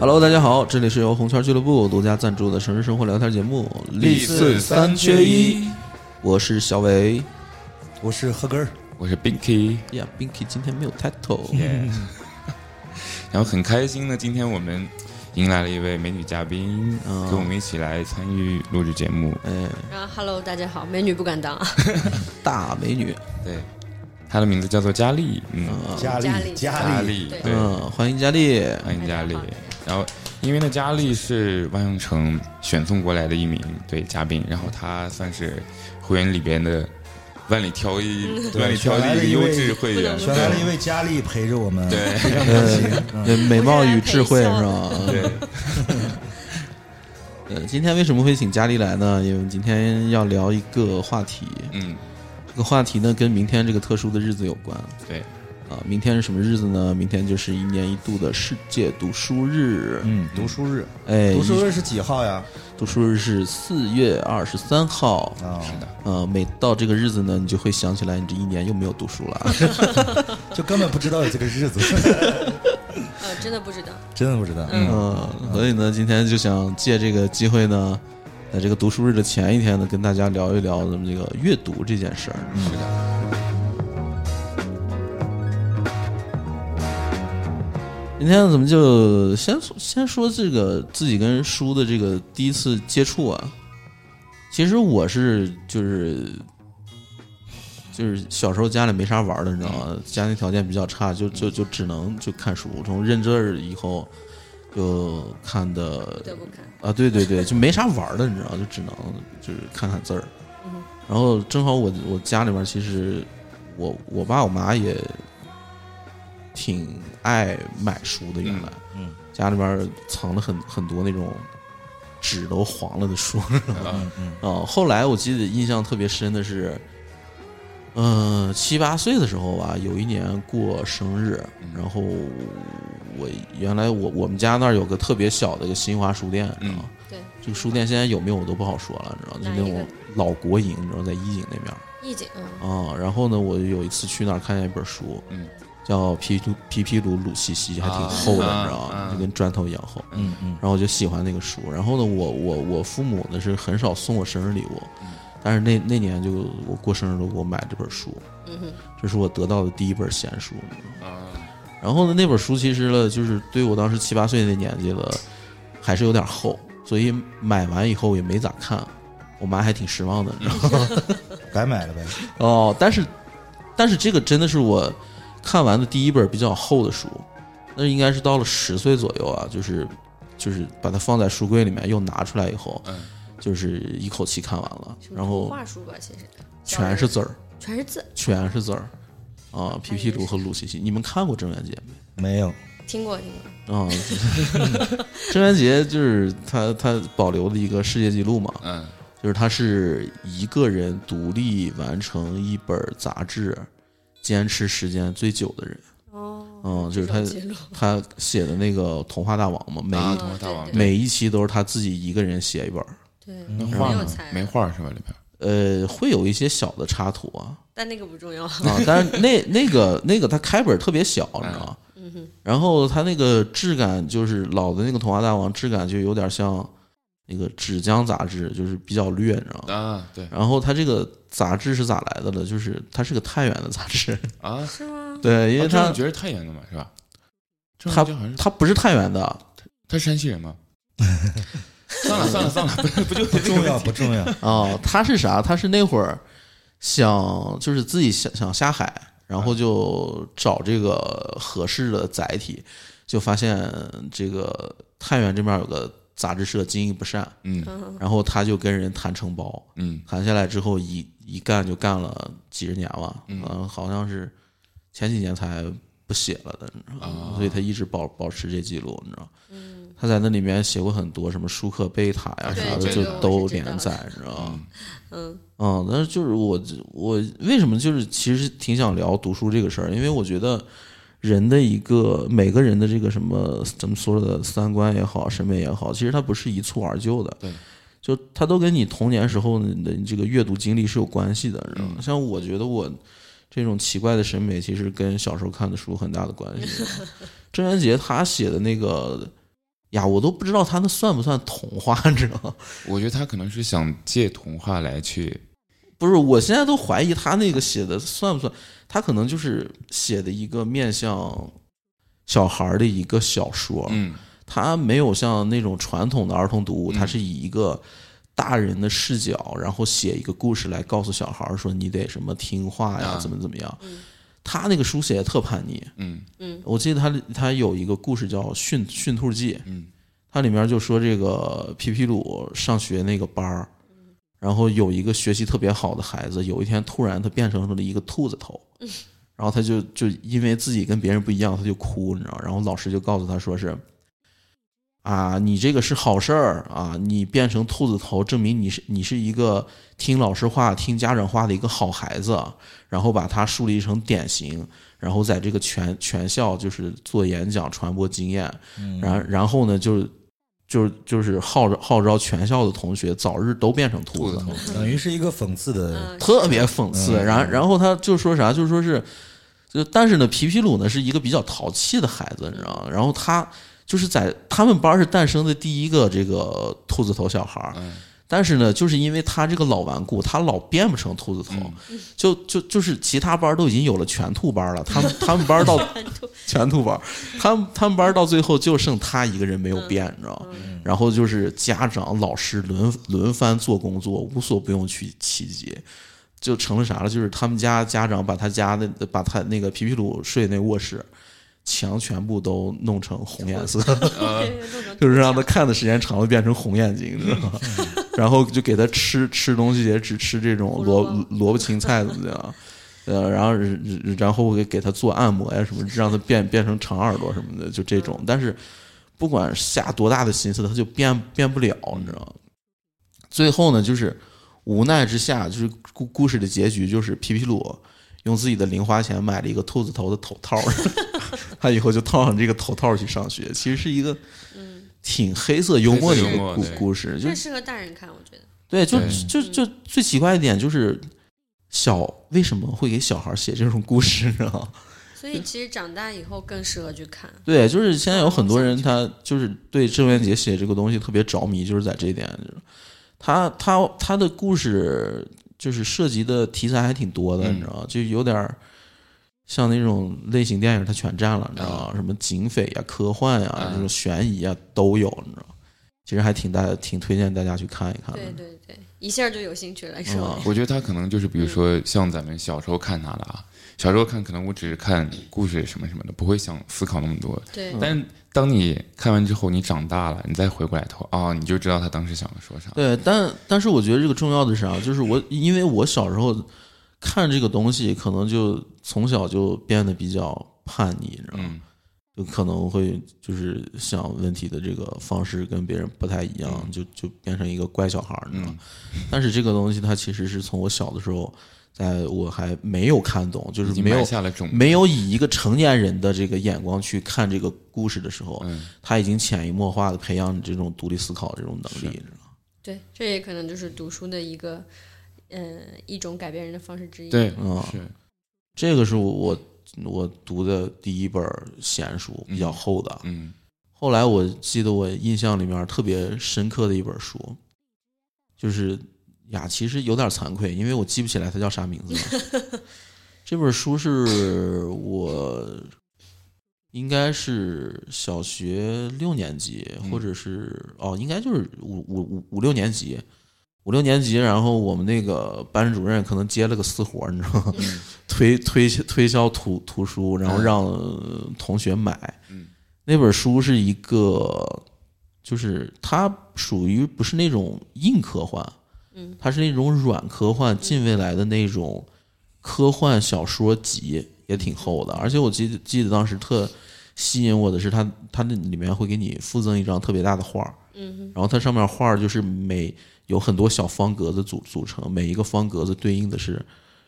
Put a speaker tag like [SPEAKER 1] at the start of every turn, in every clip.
[SPEAKER 1] Hello，大家好，这里是由红圈俱乐部独家赞助的城市生活聊天节目《
[SPEAKER 2] 历次三缺一，
[SPEAKER 1] 我是小伟。
[SPEAKER 3] 我是何根儿，
[SPEAKER 2] 我是 Binky，
[SPEAKER 1] 哎呀，Binky 今天没有 title，
[SPEAKER 2] 然后很开心呢，今天我们迎来了一位美女嘉宾，
[SPEAKER 1] 嗯
[SPEAKER 2] 跟我们一起来参与录制节目。
[SPEAKER 1] 哎，
[SPEAKER 4] 啊，Hello，大家好，美女不敢当，
[SPEAKER 1] 大美女，
[SPEAKER 2] 对，她的名字叫做佳丽，嗯，
[SPEAKER 3] 佳
[SPEAKER 4] 佳丽
[SPEAKER 3] 丽，
[SPEAKER 2] 佳
[SPEAKER 3] 佳丽，
[SPEAKER 2] 丽，对，
[SPEAKER 1] 嗯，欢迎佳丽。
[SPEAKER 2] 欢迎佳丽
[SPEAKER 4] 大家好。
[SPEAKER 2] 然后，因为呢，佳丽是万象城选送过来的一名对嘉宾，然后她算是会员里边的万里挑一、
[SPEAKER 3] 对
[SPEAKER 2] 万里挑一
[SPEAKER 3] 选来
[SPEAKER 2] 的
[SPEAKER 3] 了
[SPEAKER 2] 一
[SPEAKER 3] 一
[SPEAKER 2] 个
[SPEAKER 3] 位
[SPEAKER 2] 优质会员，
[SPEAKER 3] 选来了一位佳丽陪着我们，
[SPEAKER 2] 对
[SPEAKER 3] 非常开心。 嗯
[SPEAKER 1] 呃，美貌与智慧
[SPEAKER 4] 我
[SPEAKER 1] 是
[SPEAKER 4] 是
[SPEAKER 1] 吧嗯
[SPEAKER 4] 来？
[SPEAKER 2] 对，对
[SPEAKER 1] 呃，今天为什么会请佳丽来呢？因为我们今天要聊一个话题，
[SPEAKER 2] 嗯，
[SPEAKER 1] 这个话题呢跟明天这个特殊的日子有关。
[SPEAKER 2] 对，
[SPEAKER 1] 啊，明天是什么日子呢？明天就是一年一度的世界读书日。
[SPEAKER 3] 嗯，读书日，
[SPEAKER 1] 哎，
[SPEAKER 3] 读书日是几号呀？
[SPEAKER 1] 读书日是四月二十三号。
[SPEAKER 3] 啊，
[SPEAKER 2] 是的，
[SPEAKER 1] 呃，每到这个日子呢，你就会想起来，你这一年又没有读书了。
[SPEAKER 3] 就根本不知道有这个日子，
[SPEAKER 4] 呃，真的不知道，
[SPEAKER 3] 真的不知道。
[SPEAKER 4] 嗯
[SPEAKER 1] 呃，所以呢，今天就想借这个机会呢，在这个读书日的前一天呢，跟大家聊一聊咱们这个阅读这件事儿。
[SPEAKER 2] 是的，
[SPEAKER 1] 今天咱们就先说先说这个自己跟书的这个第一次接触啊。其实我是就是就是小时候家里没啥玩儿的，你知道吗？家庭条件比较差，就就就只能就看书。从认字儿以后，就看的
[SPEAKER 4] 不得不看，
[SPEAKER 1] 啊，对对对，就没啥玩儿的，你知道，就只能就是看看字儿。
[SPEAKER 4] 嗯
[SPEAKER 1] 然后正好我我家里面其实我我爸我妈也挺爱买书的，原来
[SPEAKER 3] 嗯，
[SPEAKER 1] 家里面藏了很很多那种纸都黄了的书
[SPEAKER 2] 啊
[SPEAKER 3] 嗯嗯，
[SPEAKER 1] 啊。后来我记得印象特别深的是，嗯、七八岁的时候吧，有一年过生日，
[SPEAKER 2] 嗯
[SPEAKER 1] 嗯然后我原来我我们家那儿有个特别小的一个新华书店，你知道吗？
[SPEAKER 4] 对，
[SPEAKER 1] 这个书店现在有没有我都不好说了，你知道，就
[SPEAKER 4] 哪
[SPEAKER 1] 那
[SPEAKER 4] 一个
[SPEAKER 1] 种老国营，你知道，在一井那边
[SPEAKER 4] 意境，嗯，
[SPEAKER 1] 啊、然后呢，我有一次去那儿看见一本书，
[SPEAKER 2] 嗯，
[SPEAKER 1] 叫《皮皮皮皮鲁鲁西西》，还挺厚的，
[SPEAKER 2] 啊
[SPEAKER 1] 你知道，
[SPEAKER 2] 啊
[SPEAKER 1] 就跟砖头一样厚。
[SPEAKER 3] 嗯嗯，
[SPEAKER 1] 然后我就喜欢那个书。然后呢，我我我父母呢是很少送我生日礼物，
[SPEAKER 2] 嗯
[SPEAKER 1] 但是那那年就我过生日都给我买这本书，
[SPEAKER 4] 嗯哼，
[SPEAKER 1] 这是我得到的第一本闲书。你知道
[SPEAKER 2] 啊，
[SPEAKER 1] 然后呢，那本书其实呢，就是对我当时七八岁那年纪了，还是有点厚，所以买完以后也没咋看，我妈还挺失望的，你知道吗？
[SPEAKER 3] 白嗯买了呗。
[SPEAKER 1] 哦，但是，但是这个真的是我看完的第一本比较厚的书，那应该是到了十岁左右啊，就是就是把它放在书柜里面，又拿出来以后，
[SPEAKER 2] 嗯
[SPEAKER 1] 就是一口气看完了，
[SPEAKER 4] 什么
[SPEAKER 1] 然后
[SPEAKER 4] 话术吧，其实
[SPEAKER 1] 全是字儿，
[SPEAKER 4] 全是字，
[SPEAKER 1] 全是字儿。啊，皮皮鲁和鲁西西，你们看过郑渊洁没？
[SPEAKER 3] 没有，
[SPEAKER 4] 听过听过，
[SPEAKER 1] 啊、 郑渊洁就是他他保留的一个世界纪录嘛，
[SPEAKER 2] 嗯，
[SPEAKER 1] 就是他是一个人独立完成一本杂志，坚持时间最久的人。
[SPEAKER 4] 哦，
[SPEAKER 1] 嗯，就是他
[SPEAKER 4] 这种记录
[SPEAKER 1] 他写的那个《童话大王》嘛，每一、
[SPEAKER 2] 啊，
[SPEAKER 4] 嗯
[SPEAKER 2] 童话大王，
[SPEAKER 4] 对
[SPEAKER 1] 每一期都是他自己一个人写一本儿。
[SPEAKER 4] 对，
[SPEAKER 1] 嗯
[SPEAKER 2] 那
[SPEAKER 4] 很
[SPEAKER 2] 画
[SPEAKER 4] 有
[SPEAKER 2] 呢
[SPEAKER 4] 才，
[SPEAKER 2] 没画是吧？里边
[SPEAKER 1] 呃，会有一些小的插图啊，
[SPEAKER 4] 但那个不重要，
[SPEAKER 1] 啊，但是那那个那个他开本儿特别小，你知道吗？
[SPEAKER 4] 嗯哼，
[SPEAKER 1] 然后他那个质感就是老的那个《童话大王》质感就有点像那个纸浆杂志，就是比较略，你知道吗？
[SPEAKER 2] 啊，对
[SPEAKER 1] 然后他这个杂志是咋来的呢？就是它是个太原的杂志，
[SPEAKER 2] 啊，
[SPEAKER 4] 是吗？
[SPEAKER 1] 对，因为
[SPEAKER 2] 他
[SPEAKER 1] 他
[SPEAKER 2] 觉得太严了嘛，是吧？郑
[SPEAKER 1] 他
[SPEAKER 2] 好像是
[SPEAKER 1] 他不是太原的
[SPEAKER 2] 他是山西人吗？ 算了算了算了，不不就
[SPEAKER 3] 不重要，不重要。
[SPEAKER 1] 哦，他是啥？他是那会儿想就是自己想想下海，然后就找这个合适的载体，就发现这个太原这边有个杂志社经营不善，
[SPEAKER 2] 嗯
[SPEAKER 4] 嗯，
[SPEAKER 1] 然后他就跟人谈承包，
[SPEAKER 2] 嗯
[SPEAKER 1] 谈下来之后一一干就干了几十年吧，
[SPEAKER 2] 嗯
[SPEAKER 1] 呃好像是前几年才不写了的，你知道
[SPEAKER 2] 哦
[SPEAKER 1] 吗？所以他一直保保持这记录，你知道吗。
[SPEAKER 4] 嗯，
[SPEAKER 1] 他在那里面写过很多什么舒克贝塔呀
[SPEAKER 2] 对
[SPEAKER 1] 啥的，
[SPEAKER 2] 这
[SPEAKER 1] 就
[SPEAKER 2] 个我
[SPEAKER 1] 都
[SPEAKER 4] 是知道
[SPEAKER 1] 连载，你知道吗？
[SPEAKER 4] 嗯，
[SPEAKER 1] 嗯，但是就是我我为什么就是其实挺想聊读书这个事儿，因为我觉得人的一个每个人的这个什么咱们说的三观也好，审美也好，其实它不是一蹴而就的，
[SPEAKER 2] 对，
[SPEAKER 1] 就它都跟你童年时候你的这个阅读经历是有关系的，知道吗？
[SPEAKER 2] 嗯
[SPEAKER 1] 像我觉得我这种奇怪的审美， 其实跟小时候看的书很大的关系。郑渊洁他写的那个呀，我都不知道他那算不算童话，你知道吗？
[SPEAKER 2] 我觉得他可能是想借童话来去，
[SPEAKER 1] 不是，我现在都怀疑他那个写的算不算，他可能就是写的一个面向小孩儿的一个小说，
[SPEAKER 2] 嗯
[SPEAKER 1] 它没有像那种传统的儿童读物，
[SPEAKER 2] 嗯
[SPEAKER 1] 它是以一个大人的视角，然后写一个故事来告诉小孩儿说你得什么听话呀，
[SPEAKER 2] 啊
[SPEAKER 1] 怎么怎么样
[SPEAKER 4] 嗯。
[SPEAKER 1] 他那个书写的特叛逆，
[SPEAKER 2] 嗯
[SPEAKER 4] 嗯
[SPEAKER 1] 我记得他他有一个故事叫《驯驯兔记》，
[SPEAKER 2] 嗯
[SPEAKER 1] 它里面就说这个皮皮鲁上学那个班儿，然后有一个学习特别好的孩子，有一天突然他变成了一个兔子头，然后他就就因为自己跟别人不一样，他就哭，你知道吗，然后老师就告诉他说是。啊，你这个是好事儿啊！你变成兔子头，证明你是你是一个听老师话、听家长话的一个好孩子，然后把他树立成典型，然后在这个全全校就是做演讲、传播经验，
[SPEAKER 2] 嗯
[SPEAKER 1] 然然后呢，就是就是就是号召号召全校的同学早日都变成兔
[SPEAKER 2] 兔
[SPEAKER 1] 子
[SPEAKER 2] 子
[SPEAKER 1] 头
[SPEAKER 2] 头，
[SPEAKER 3] 等于是一个讽刺的，
[SPEAKER 4] 嗯，
[SPEAKER 1] 特别讽刺。
[SPEAKER 3] 嗯
[SPEAKER 1] 然然后他就说啥，就说是，就但是呢，皮皮鲁呢是一个比较淘气的孩子，你知道吗？然后他就是在他们班是诞生的第一个这个兔子头小孩儿。
[SPEAKER 2] 嗯
[SPEAKER 1] 但是呢，就是因为他这个老顽固，他老变不成兔子头，
[SPEAKER 2] 嗯
[SPEAKER 1] 就就就是其他班都已经有了全兔班了，他们他们班到 全兔班，他们他们班到最后就剩他一个人没有变，你知道吗？然后就是家长、老师轮轮番做工作，无所不用其其极，就成了啥了？就是他们家家长把他家的把他那个皮皮鲁睡那卧室墙全部都弄成红颜色，呃就是让他看的时间长了变成红眼睛，知道吗？ 然后就给他吃吃东西也只吃这种
[SPEAKER 4] 胡
[SPEAKER 1] 萝
[SPEAKER 4] 萝卜
[SPEAKER 1] 萝卜青菜怎么样？呃，然后然然后我给给他做按摩呀什么，让他变变成长耳朵什么的，就这
[SPEAKER 4] 嗯
[SPEAKER 1] 种。但是不管下多大的心思，他就变变不了，你知道吗？最后呢，就是无奈之下，就是故故事的结局就是皮皮鲁用自己的零花钱买了一个兔子头的头套， 他以后就套上这个头套去上学。其实是一个
[SPEAKER 4] 嗯，
[SPEAKER 1] 挺黑色幽默的一
[SPEAKER 2] 黑色幽
[SPEAKER 1] 个
[SPEAKER 2] 默
[SPEAKER 1] 故
[SPEAKER 2] 对
[SPEAKER 1] 故事，就
[SPEAKER 4] 这适合大人看，我觉得。
[SPEAKER 1] 对，就
[SPEAKER 2] 对
[SPEAKER 1] 就就最奇怪一点就是小为什么会给小孩写这种故事呢？
[SPEAKER 4] 所以其实长大以后更适合去看。
[SPEAKER 1] 对，就是现在有很多人他就是对郑渊洁写这个东西特别着迷，就是在这一点，就是他他他的故事就是涉及的题材还挺多的，
[SPEAKER 2] 嗯
[SPEAKER 1] 你知道吗，就有点儿像那种类型电影，他全占了，你知道吗？
[SPEAKER 2] 嗯
[SPEAKER 1] 什么警匪呀、科幻呀、
[SPEAKER 2] 啊
[SPEAKER 1] 这种悬疑啊都有，你知道吗。其实还挺大，挺推荐大家去看一看的。
[SPEAKER 4] 对对对，一下就有兴趣了，是吧
[SPEAKER 1] 嗯？
[SPEAKER 2] 我觉得他可能就是，比如
[SPEAKER 4] 嗯
[SPEAKER 2] 说像咱们小时候看他的啊，小时候看可能我只是看故事什么什么的，不会想思考那么多。
[SPEAKER 4] 对，
[SPEAKER 1] 嗯
[SPEAKER 2] 但当你看完之后，你长大了，你再回过来头啊、你就知道他当时想要说啥。
[SPEAKER 1] 对，但但是我觉得这个重要的是啥？就是我因为我小时候看这个东西，可能就从小就变得比较叛逆，你知道吗？
[SPEAKER 2] 嗯
[SPEAKER 1] 就可能会就是想问题的这个方式跟别人不太一样，
[SPEAKER 2] 嗯
[SPEAKER 1] 就就变成一个乖小孩儿，你知道吗？但是这个东西它其实是从我小的时候，在我还没有看懂，就
[SPEAKER 2] 已
[SPEAKER 1] 是
[SPEAKER 2] 经
[SPEAKER 1] 没有
[SPEAKER 2] 埋下了种子
[SPEAKER 1] 没有以一个成年人的这个眼光去看这个故事的时候，
[SPEAKER 2] 嗯
[SPEAKER 1] 他已经潜移默化的培养你这种独立思考的这种能力，你知道吗？
[SPEAKER 4] 对，这也可能就是读书的一个，嗯、一种改变人的方式之一。，
[SPEAKER 2] 对
[SPEAKER 1] 嗯
[SPEAKER 2] 是
[SPEAKER 1] 这个是我我读的第一本闲书，比较厚的。
[SPEAKER 2] 嗯
[SPEAKER 1] 后来我记得我印象里面特别深刻的一本书，就是呀，其实有点惭愧，因为我记不起来它叫啥名字了。这本书是我应该是小学六年级，
[SPEAKER 2] 嗯
[SPEAKER 1] 或者是哦，应该就是五五五五六年级。五六年级，然后我们那个班主任可能接了个私活儿，你知道吗？ 推推推销图图书，然后
[SPEAKER 2] 嗯
[SPEAKER 1] 让呃同学买。
[SPEAKER 2] 嗯
[SPEAKER 1] 那本书是一个，就是它属于不是那种硬科幻，
[SPEAKER 4] 嗯，
[SPEAKER 1] 它是那种软科幻，近未来的那种科幻小说集，也挺厚的。而且我记得记得当时特吸引我的是它，它那里面会给你附赠一张特别大的画儿，
[SPEAKER 4] 嗯
[SPEAKER 1] 然后它上面画儿就是每有很多小方格子组组成，每一个方格子对应的是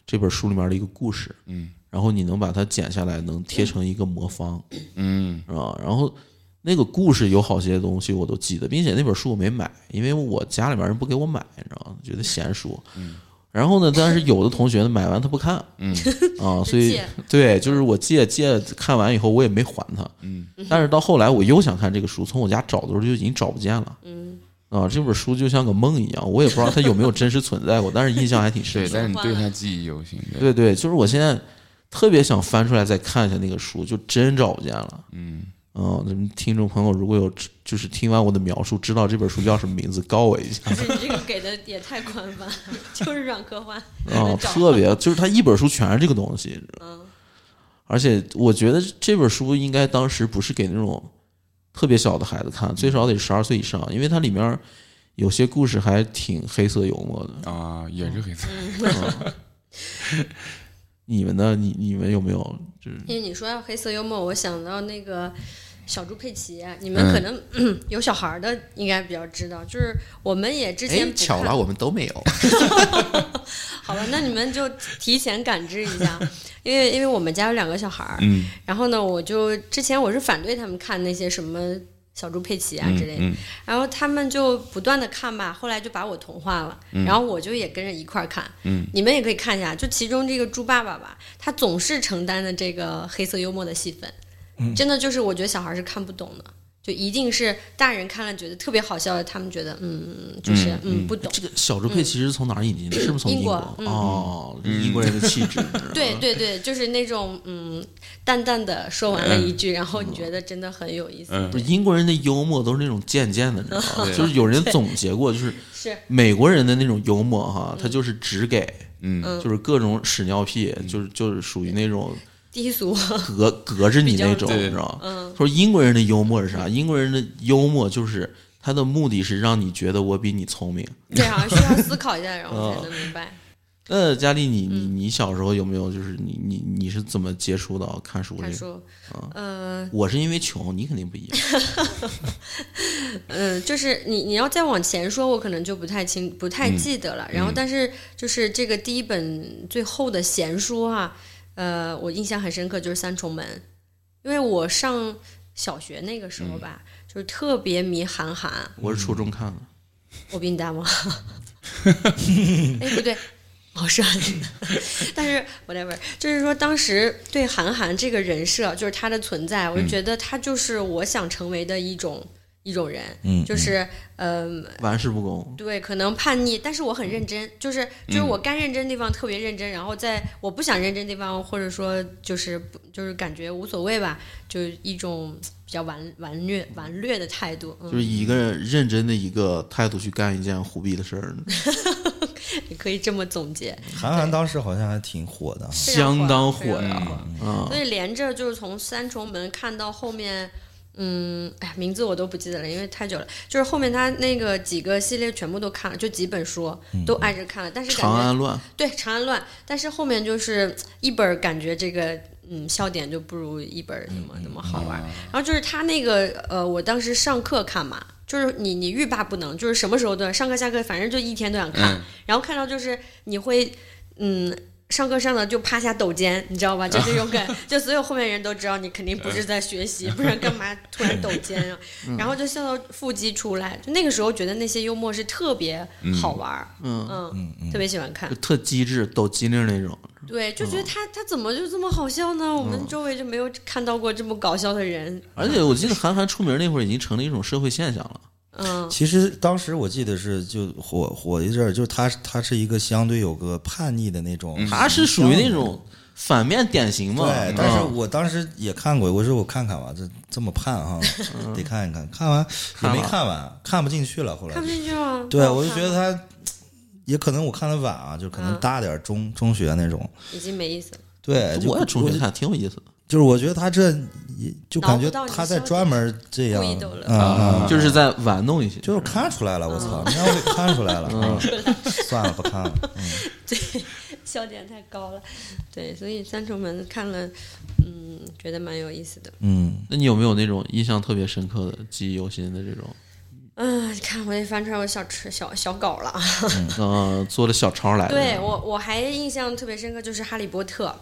[SPEAKER 1] 这本书里面的一个故事，
[SPEAKER 2] 嗯
[SPEAKER 1] 然后你能把它剪下来，能贴成一个魔方。
[SPEAKER 2] 嗯
[SPEAKER 1] 啊，然后那个故事有好些东西我都记得，并且那本书我没买，因为我家里面人不给我买，你知道吗？觉得闲书。然后呢，但是有的同学呢买完他不 看，
[SPEAKER 2] 嗯
[SPEAKER 1] 啊，所以
[SPEAKER 4] 借
[SPEAKER 1] 对，就是我借借看完以后我也没还他，
[SPEAKER 2] 嗯，
[SPEAKER 1] 但是到后来我又想看这个书，从我家找的时候就已经找不见了，
[SPEAKER 4] 嗯，
[SPEAKER 1] 啊，这本书就像个梦一样，我也不知道它有没有真实存在过，但是印象还挺深
[SPEAKER 2] 对，
[SPEAKER 1] 的。
[SPEAKER 2] 但是你对他记忆犹新，对，
[SPEAKER 1] 对对，就是我现在特别想翻出来再看一下那个书，就真找不见了。
[SPEAKER 2] 嗯，
[SPEAKER 1] 嗯，咱们听众朋友如果有就是听完我的描述，知道这本书叫什么名字，告我一下
[SPEAKER 4] 不是你这个给的也太宽泛， 就是软科幻
[SPEAKER 1] 啊、特，别就是它一本书全是这个东西，
[SPEAKER 4] 嗯
[SPEAKER 1] 而且我觉得这本书应该当时不是给那种特别小的孩子看，最少得十二岁以上，因为它里面有些故事还挺黑色幽默的。
[SPEAKER 2] 啊，也是黑色，
[SPEAKER 1] 你们呢？你你们有没有就是
[SPEAKER 4] 因为你说要黑色幽默，我想到那个小猪佩奇，啊你们可能、有小孩儿的应该比较知道，就是我们也之前
[SPEAKER 5] 哎，
[SPEAKER 4] 不
[SPEAKER 5] 巧
[SPEAKER 4] 看
[SPEAKER 5] 了，我们都没有。
[SPEAKER 4] 好吧，那你们就提前感知一下，因为因为我们家有两个小孩儿，
[SPEAKER 2] 嗯，
[SPEAKER 4] 然后呢，我就之前我是反对他们看那些什么小猪佩奇啊
[SPEAKER 2] 嗯
[SPEAKER 4] 之类的，
[SPEAKER 2] 嗯
[SPEAKER 4] 然后他们就不断的看吧，后来就把我同化了，然后我就也跟着一块儿看。
[SPEAKER 2] 嗯，
[SPEAKER 4] 你们也可以看一下，就其中这个猪爸爸吧，他总是承担的这个黑色幽默的戏份，真的就是我觉得小孩是看不懂的。就一定是大人看了觉得特别好笑的，他们觉得嗯，就是嗯不懂，
[SPEAKER 1] 这个小猪佩奇是从哪儿引进的？是不是从
[SPEAKER 4] 英
[SPEAKER 1] 国
[SPEAKER 4] 国？嗯
[SPEAKER 1] 哦，英国人的气质。你知道吗
[SPEAKER 4] 对对对，就是那种嗯，淡淡的说完了一句，然后你觉得真的很有意思，
[SPEAKER 2] 嗯
[SPEAKER 1] 不是英国人的幽默都是那种贱贱的，你知 道
[SPEAKER 5] 啊
[SPEAKER 1] 吗？
[SPEAKER 2] 对
[SPEAKER 1] 就是有人总结过，就是
[SPEAKER 4] 是
[SPEAKER 1] 美国人的那种幽默哈，他就是只给，
[SPEAKER 2] 嗯
[SPEAKER 1] 就是各种屎尿屁，
[SPEAKER 5] 嗯
[SPEAKER 1] 就是就是属于那种
[SPEAKER 4] 低俗，
[SPEAKER 1] 隔隔着你那种，
[SPEAKER 2] 比较
[SPEAKER 1] 你知道吗？
[SPEAKER 4] 嗯
[SPEAKER 1] 说英国人的幽默是啥？英国人的幽默就是他的目的是让你觉得我比你聪明。
[SPEAKER 4] 这好像啊需要思考一下，然后才能明白。
[SPEAKER 1] 那呃佳丽，你你你小时候有没有就是你你你是怎么接触到看书
[SPEAKER 4] 他
[SPEAKER 1] 这个？
[SPEAKER 4] 说，呃，
[SPEAKER 1] 我是因为穷，你肯定不一样。
[SPEAKER 4] 嗯，就是你你要再往前说，我可能就不太清不太记得了。然后，但是就是这个第一本最后的闲书啊，呃，我印象很深刻，就是《三重门》，因为我上小学那个时候吧，就是特别迷韩寒，
[SPEAKER 1] 我是初中看的，
[SPEAKER 4] 我比你大吗？哎，不对，我是很， 但是 whatever，就是说当时对韩寒这个人设，就是他的存在，我就觉得他就是我想成为的一种一种人，
[SPEAKER 3] 嗯，
[SPEAKER 4] 就是嗯、
[SPEAKER 1] 玩世不恭。
[SPEAKER 4] 对，可能叛逆，但是我很
[SPEAKER 1] 嗯
[SPEAKER 4] 认真，就是就是我该认真的地方特别认真，然后在我不想认真的地方，或者说就是不就是感觉无所谓吧，就是一种比较顽顽虐顽劣的态度，嗯，
[SPEAKER 1] 就是以一个认真的一个态度去干一件虎逼的事儿，
[SPEAKER 4] 也可以这么总结。
[SPEAKER 3] 韩寒当时好像还挺火的，
[SPEAKER 4] 非常
[SPEAKER 1] 相当火
[SPEAKER 4] 非常
[SPEAKER 1] 呀！啊
[SPEAKER 4] 所以连着就是从三重门看到后面，嗯，哎呀，名字我都不记得了，因为太久了。就是后面他那个几个系列全部都看了，就几本书都挨着看了，但是感
[SPEAKER 1] 嗯长
[SPEAKER 4] 觉
[SPEAKER 1] 安乱，
[SPEAKER 4] 对《长安乱》，但是后面就是一本儿感觉这个嗯笑点就不如一本儿那么那么好
[SPEAKER 2] 嗯
[SPEAKER 4] 玩儿。
[SPEAKER 2] 啊
[SPEAKER 4] 然后就是他那个呃，我当时上课看嘛，就是你你欲罢不能，就是什么时候都要上课下课，反正就一天都想看。
[SPEAKER 2] 嗯
[SPEAKER 4] 然后看到就是你会嗯。上课上的就趴下抖肩，你知道吧？就这种感，就所有后面人都知道你肯定不是在学习，不然干嘛突然抖肩啊？然后就笑到腹肌出来，就那个时候觉得那些幽默是特别好玩儿，
[SPEAKER 1] 嗯，
[SPEAKER 4] 嗯，特别喜欢看
[SPEAKER 1] 就。特机智、抖机灵那种。
[SPEAKER 4] 对，就觉
[SPEAKER 3] 嗯
[SPEAKER 4] 得他、他怎么就这么好笑呢？我们周围就没有看到过这么搞笑的人。
[SPEAKER 1] 而且我记得韩寒出名那会儿已经成了一种社会现象了。
[SPEAKER 4] 嗯，
[SPEAKER 3] 其实当时我记得是就火火一阵儿，就是他他是一个相对有个叛逆的那种，
[SPEAKER 1] 他是属于那种反面典型嘛。
[SPEAKER 3] 对，但是
[SPEAKER 1] 嗯
[SPEAKER 3] 我当时也看过，我说我看看吧，这这么叛 哈，
[SPEAKER 1] 嗯
[SPEAKER 3] 得看一看，看完也没看完，看不进去了，后来
[SPEAKER 4] 看不进去吗？
[SPEAKER 3] 对
[SPEAKER 4] 不好
[SPEAKER 3] 我就
[SPEAKER 4] 看
[SPEAKER 3] 觉得他也可能我看的晚啊，就可能
[SPEAKER 4] 嗯
[SPEAKER 3] 大点儿中中学那种，
[SPEAKER 4] 已经没意思了。
[SPEAKER 3] 对，就
[SPEAKER 1] 我也中
[SPEAKER 3] 我
[SPEAKER 1] 学
[SPEAKER 3] 就
[SPEAKER 1] 看，挺有意思的，
[SPEAKER 3] 就是我觉得他这也就感觉
[SPEAKER 4] 挠不到你
[SPEAKER 3] 他在
[SPEAKER 4] 笑点
[SPEAKER 3] 专门这样
[SPEAKER 4] 故意逗乐
[SPEAKER 3] 啊啊，
[SPEAKER 1] 就是在玩弄一些。
[SPEAKER 3] 就是看出来了，我操，
[SPEAKER 4] 嗯
[SPEAKER 3] 你让我给看出来了，
[SPEAKER 1] 嗯
[SPEAKER 3] 嗯算了，不看了，
[SPEAKER 4] 笑点太高了。对，所以《三重门》看了，嗯，觉得蛮有意思的。
[SPEAKER 3] 嗯，
[SPEAKER 1] 那你有没有那种印象特别深刻的、记忆犹新的这种？
[SPEAKER 4] 嗯，看我得翻出来我小吃小小稿了。
[SPEAKER 1] 嗯，做了小抄来的。
[SPEAKER 3] 哎
[SPEAKER 4] 对我我还印象特别深刻，就是《哈利波特》。
[SPEAKER 3] 哦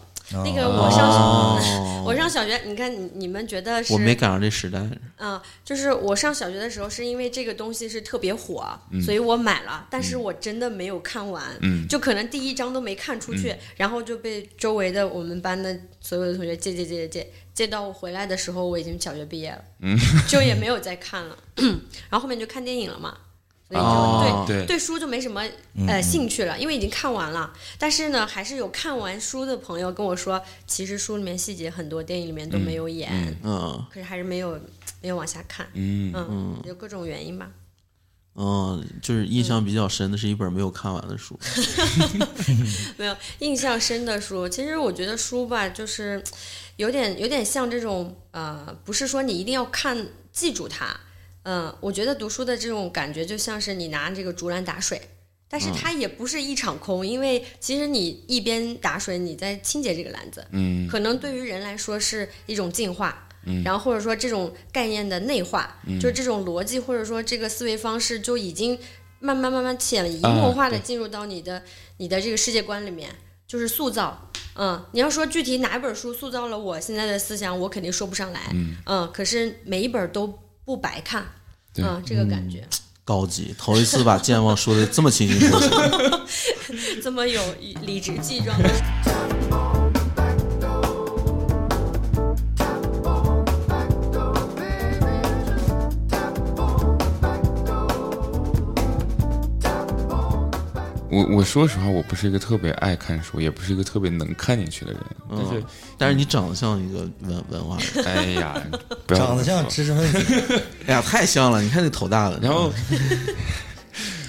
[SPEAKER 4] 那个我上、
[SPEAKER 1] 哦
[SPEAKER 4] 我上小学，你看你你们觉得是
[SPEAKER 1] 我没赶上这时代，
[SPEAKER 4] 嗯，就是我上小学的时候，是因为这个东西是特别火，所以我买了，但是我真的没有看完，
[SPEAKER 2] 嗯
[SPEAKER 4] 就可能第一章都没看出去，然后就被周围的我们班的所有的同学借借借借借，借到我回来的时候，我已经小学毕业了，
[SPEAKER 2] 嗯
[SPEAKER 4] 就也没有再看了， 然后后面就看电影了嘛，所以就、对
[SPEAKER 1] 哦
[SPEAKER 2] 对
[SPEAKER 4] 对书就没什么呃兴趣了，因为已经看完了。但是呢，还是有看完书的朋友跟我说，其实书里面细节很多，电影里面都没有演，
[SPEAKER 2] 嗯
[SPEAKER 1] 嗯
[SPEAKER 4] 可是还是没有没有往下看。
[SPEAKER 2] 嗯
[SPEAKER 4] 嗯，有各种原因吧。
[SPEAKER 1] 嗯，就是印象比较深的是一本没有看完的书，
[SPEAKER 4] 没有印象深的书，其实我觉得书吧，就是有点有点像这种呃，不是说你一定要看记住它，嗯、我觉得读书的这种感觉就像是你拿这个竹篮打水，但是它也不是一场空，因为其实你一边打水，你在清洁这个篮子，
[SPEAKER 2] 嗯
[SPEAKER 4] 可能对于人来说是一种进化。然后或者说这种概念的内化，
[SPEAKER 2] 嗯
[SPEAKER 4] 就这种逻辑或者说这个思维方式，就已经慢慢慢慢潜移默化
[SPEAKER 2] 啊
[SPEAKER 4] 的进入到你的、你的这个世界观里面，就是塑造。嗯，你要说具体哪本书塑造了我现在的思想，我肯定说不上来。
[SPEAKER 2] 嗯
[SPEAKER 4] 可是每一本都不白看。
[SPEAKER 2] 对
[SPEAKER 4] 嗯，这个感觉、
[SPEAKER 1] 高级，头一次把健忘说的这么清清楚 楚。
[SPEAKER 4] 这么有理直气壮。
[SPEAKER 2] 我我说实话，我不是一个特别爱看书，也不是一个特别能看进去的人，但是
[SPEAKER 1] 嗯，但是你长得像一个文文化 人，
[SPEAKER 2] 哎呀，不要
[SPEAKER 3] 长得像
[SPEAKER 2] 这么说
[SPEAKER 3] 知识分子，
[SPEAKER 1] 哎呀，太像了！你看这头大的，
[SPEAKER 2] 然后
[SPEAKER 1] 嗯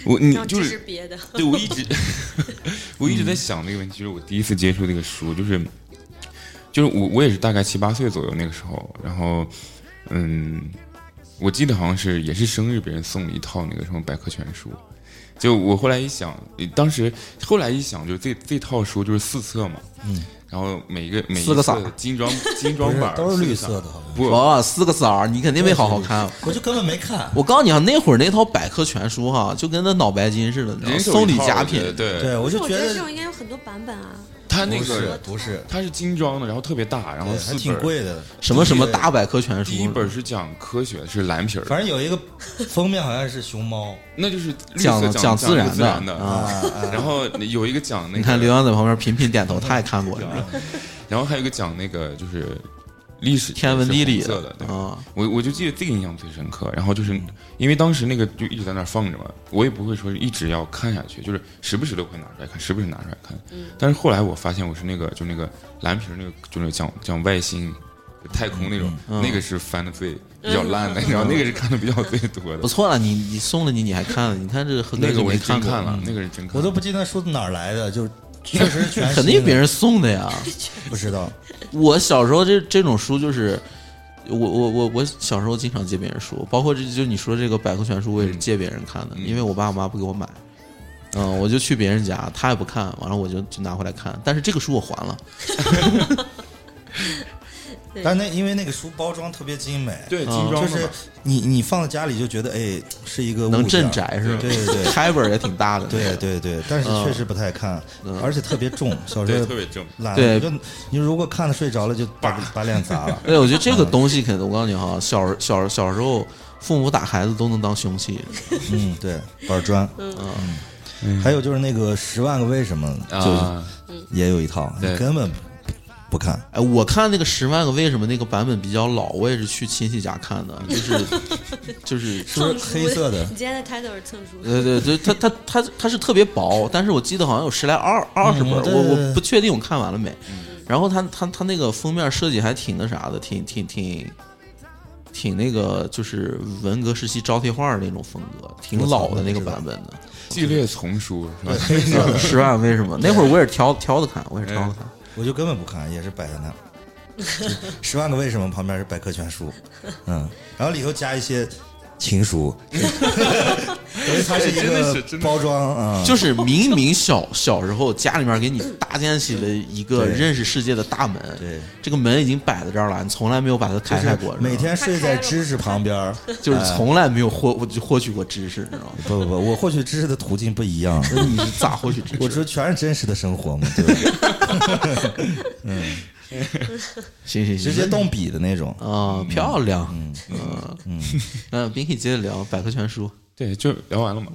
[SPEAKER 2] 我你
[SPEAKER 4] 然后
[SPEAKER 2] 就
[SPEAKER 4] 这
[SPEAKER 2] 是
[SPEAKER 4] 是别的，
[SPEAKER 2] 对，我一直 我一直
[SPEAKER 1] 嗯
[SPEAKER 2] 在想这个问题，就是我第一次接触这个书，就是就是我我也是大概七八岁左右那个时候，然后嗯，我记得好像是也是生日，别人送了一套那个什么百科全书。就我后来一想，当时后来一想，就是这这套书就是四册嘛，
[SPEAKER 3] 嗯，
[SPEAKER 2] 然后每一个每一
[SPEAKER 1] 四个色儿哦
[SPEAKER 2] 册金装金
[SPEAKER 3] 不
[SPEAKER 2] 装
[SPEAKER 3] 是
[SPEAKER 2] 版
[SPEAKER 3] 都是绿
[SPEAKER 2] 四个
[SPEAKER 3] 色
[SPEAKER 2] 色
[SPEAKER 3] 的，好像
[SPEAKER 2] 不
[SPEAKER 1] 哇，四个色儿，你肯定没好好看。啊
[SPEAKER 3] 我就根本没看。
[SPEAKER 1] 我告诉你啊，那会儿那套百科全书哈，就跟那脑白金似的，你知道吗
[SPEAKER 2] 人手一
[SPEAKER 1] 送礼
[SPEAKER 2] 套
[SPEAKER 1] 佳
[SPEAKER 2] 我觉
[SPEAKER 1] 品
[SPEAKER 2] 得。对，
[SPEAKER 3] 对，我就
[SPEAKER 4] 我
[SPEAKER 3] 觉
[SPEAKER 4] 得这
[SPEAKER 3] 得
[SPEAKER 4] 种应该有很多版本啊。
[SPEAKER 2] 他那
[SPEAKER 3] 不是
[SPEAKER 2] 个
[SPEAKER 3] 不是，
[SPEAKER 2] 它是精装的，然后特别大，然后
[SPEAKER 3] 对
[SPEAKER 2] 四
[SPEAKER 3] 还挺
[SPEAKER 2] 本。
[SPEAKER 3] 贵的。
[SPEAKER 1] 什么什么大百科全书，
[SPEAKER 2] 第一本是讲科学，是蓝皮儿，
[SPEAKER 3] 反正有一个封面好像是熊猫
[SPEAKER 1] 嗯
[SPEAKER 2] 那就是绿
[SPEAKER 1] 讲
[SPEAKER 2] 色
[SPEAKER 1] 讲
[SPEAKER 2] 自
[SPEAKER 1] 自然
[SPEAKER 2] 自然
[SPEAKER 1] 的
[SPEAKER 3] 啊
[SPEAKER 1] 啊。
[SPEAKER 3] 啊，
[SPEAKER 2] 然后有一个讲那个，
[SPEAKER 1] 你看刘洋在旁边频频点头，他也看过，是吧？
[SPEAKER 2] 然后还有一个讲那个就是历史
[SPEAKER 1] 天文地理
[SPEAKER 2] 是红色的，对
[SPEAKER 1] 啊，嗯
[SPEAKER 2] 我我就记得这个印象最深刻。然后就是因为当时那个就一直在那儿放着嘛，我也不会说一直要看下去，就是时不时的会拿出来看，时不时拿出来看。但是后来我发现我是那个就那个蓝皮儿那个就是讲讲外星。太空那种，
[SPEAKER 1] 嗯
[SPEAKER 2] 那个是翻的最比较烂的，然后那个是看的比较最多
[SPEAKER 1] 不
[SPEAKER 2] 的，
[SPEAKER 1] 错了，你你送了你，你还看了，你看这何哥
[SPEAKER 2] 那个
[SPEAKER 1] 就
[SPEAKER 2] 我
[SPEAKER 1] 没
[SPEAKER 2] 是真
[SPEAKER 1] 过，嗯
[SPEAKER 2] 看了，那个是真看了，
[SPEAKER 3] 我都不记得那书哪儿来的，就是确实是全新的
[SPEAKER 1] 肯定别人送的 呀。
[SPEAKER 3] 不知道。
[SPEAKER 1] 我小时候这这种书就是，我我我我小时候经常借别人书，包括这就你说这个百科全书，我也是借别人看的，
[SPEAKER 2] 嗯
[SPEAKER 1] 因为我爸我妈不给我买，嗯，我就去别人家，他也不看，完了我就就拿回来看，但是这个书我还了，
[SPEAKER 4] 对
[SPEAKER 3] 但那因为那个书包装特别精美，
[SPEAKER 2] 对精
[SPEAKER 1] 啊
[SPEAKER 2] 装的
[SPEAKER 3] 就是
[SPEAKER 2] 嘛
[SPEAKER 3] 你你放在家里就觉得哎是一个物
[SPEAKER 1] 能
[SPEAKER 3] 件
[SPEAKER 1] 镇宅是吧？嗯
[SPEAKER 3] 对 对对
[SPEAKER 1] 开本儿也挺 大的，
[SPEAKER 3] 对对对，但是确实不太看，而且特别重，小时
[SPEAKER 2] 对
[SPEAKER 3] 候
[SPEAKER 2] 特别正。
[SPEAKER 3] 懒
[SPEAKER 1] 嗯对
[SPEAKER 3] 了就你如果看的睡着了就把把脸 砸了。
[SPEAKER 1] 哎对，我觉得这个东西肯定，我告诉你哈，小小小时候父母打孩子都能当凶器，
[SPEAKER 3] 嗯，对，板砖。嗯，还有就是那个《十万个为什么》，
[SPEAKER 2] 啊，
[SPEAKER 3] 就也有一套，你
[SPEAKER 2] 对
[SPEAKER 3] 根本不看。
[SPEAKER 1] 哎，我看那个《十万个为什么》那个版本比较老，我也是去亲戚家看的，就是 就是
[SPEAKER 3] 是不是黑色的
[SPEAKER 4] 你今天的 title 是蹭书。
[SPEAKER 1] 呃，对对，它它它它是特别薄，但是我记得好像有十来二二十本儿，
[SPEAKER 3] 嗯对
[SPEAKER 1] 我
[SPEAKER 3] 对对嗯
[SPEAKER 1] 我不确定我看完了没。然后它它它那个封面设计还挺那啥的，挺挺挺挺那个，就是文革时期招贴画儿那种风格，挺
[SPEAKER 3] 我操
[SPEAKER 1] 老的
[SPEAKER 3] 我
[SPEAKER 1] 那个
[SPEAKER 3] 知道
[SPEAKER 1] 版本的。呃
[SPEAKER 2] 系列丛书是吧？
[SPEAKER 3] 黑色的，
[SPEAKER 1] 十万为什么？那会儿我也是挑挑着看，我也是挑
[SPEAKER 3] 哎
[SPEAKER 1] 着看。
[SPEAKER 3] 我就根本不看，也是摆在那儿。十万个为什么旁边是百科全书，嗯，然后里头加一些情 书，等于它是一
[SPEAKER 2] 真的是真
[SPEAKER 3] 个
[SPEAKER 2] 的是
[SPEAKER 3] 包装啊，
[SPEAKER 1] 就是明明小小时候家里面给你搭建起了一个
[SPEAKER 3] 对
[SPEAKER 1] 认识世界的大门，
[SPEAKER 3] 对，
[SPEAKER 1] 这个门已经摆在这儿了，你从来没有把它
[SPEAKER 3] 就
[SPEAKER 1] 开开
[SPEAKER 3] 是
[SPEAKER 1] 过，
[SPEAKER 3] 嗯每
[SPEAKER 1] 你知道吗
[SPEAKER 3] 天睡在知识旁边儿。
[SPEAKER 1] 就是从来没有获我就获取过知识，你知 道吗？
[SPEAKER 3] 不不不， 我获取知识的途径不一样，
[SPEAKER 1] 那你是咋获取知
[SPEAKER 3] 我
[SPEAKER 1] 识？
[SPEAKER 3] 说全是真实的生活嘛，对吧？
[SPEAKER 1] 行行行，
[SPEAKER 3] 直接动笔的那种。
[SPEAKER 1] 啊，漂亮，嗯嗯， 那 Binky 接着聊百科全书，
[SPEAKER 2] 对，就聊完了 嘛。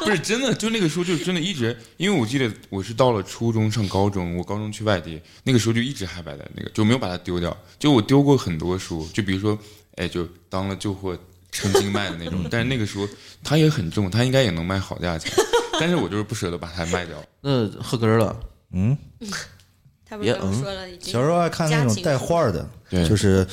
[SPEAKER 2] 不是真的，就那个书就真的一直，因为我记得我是到了初中上高中，我高中去外地，那个时候就一直还摆在那个，就没有把它丢掉。就我丢过很多书，就比如说，哎，就当了旧货称斤卖的那 种，但是那个书它也很重，它应该也能卖好价钱，但是我就是不舍得把它卖掉。
[SPEAKER 1] 那喝根儿了，
[SPEAKER 3] 嗯，
[SPEAKER 4] 他不是
[SPEAKER 1] 别
[SPEAKER 4] 刚说了，已经
[SPEAKER 3] 小时候爱看那
[SPEAKER 4] 家
[SPEAKER 3] 种
[SPEAKER 4] 庭
[SPEAKER 3] 带画儿的，
[SPEAKER 2] 对
[SPEAKER 3] 就是，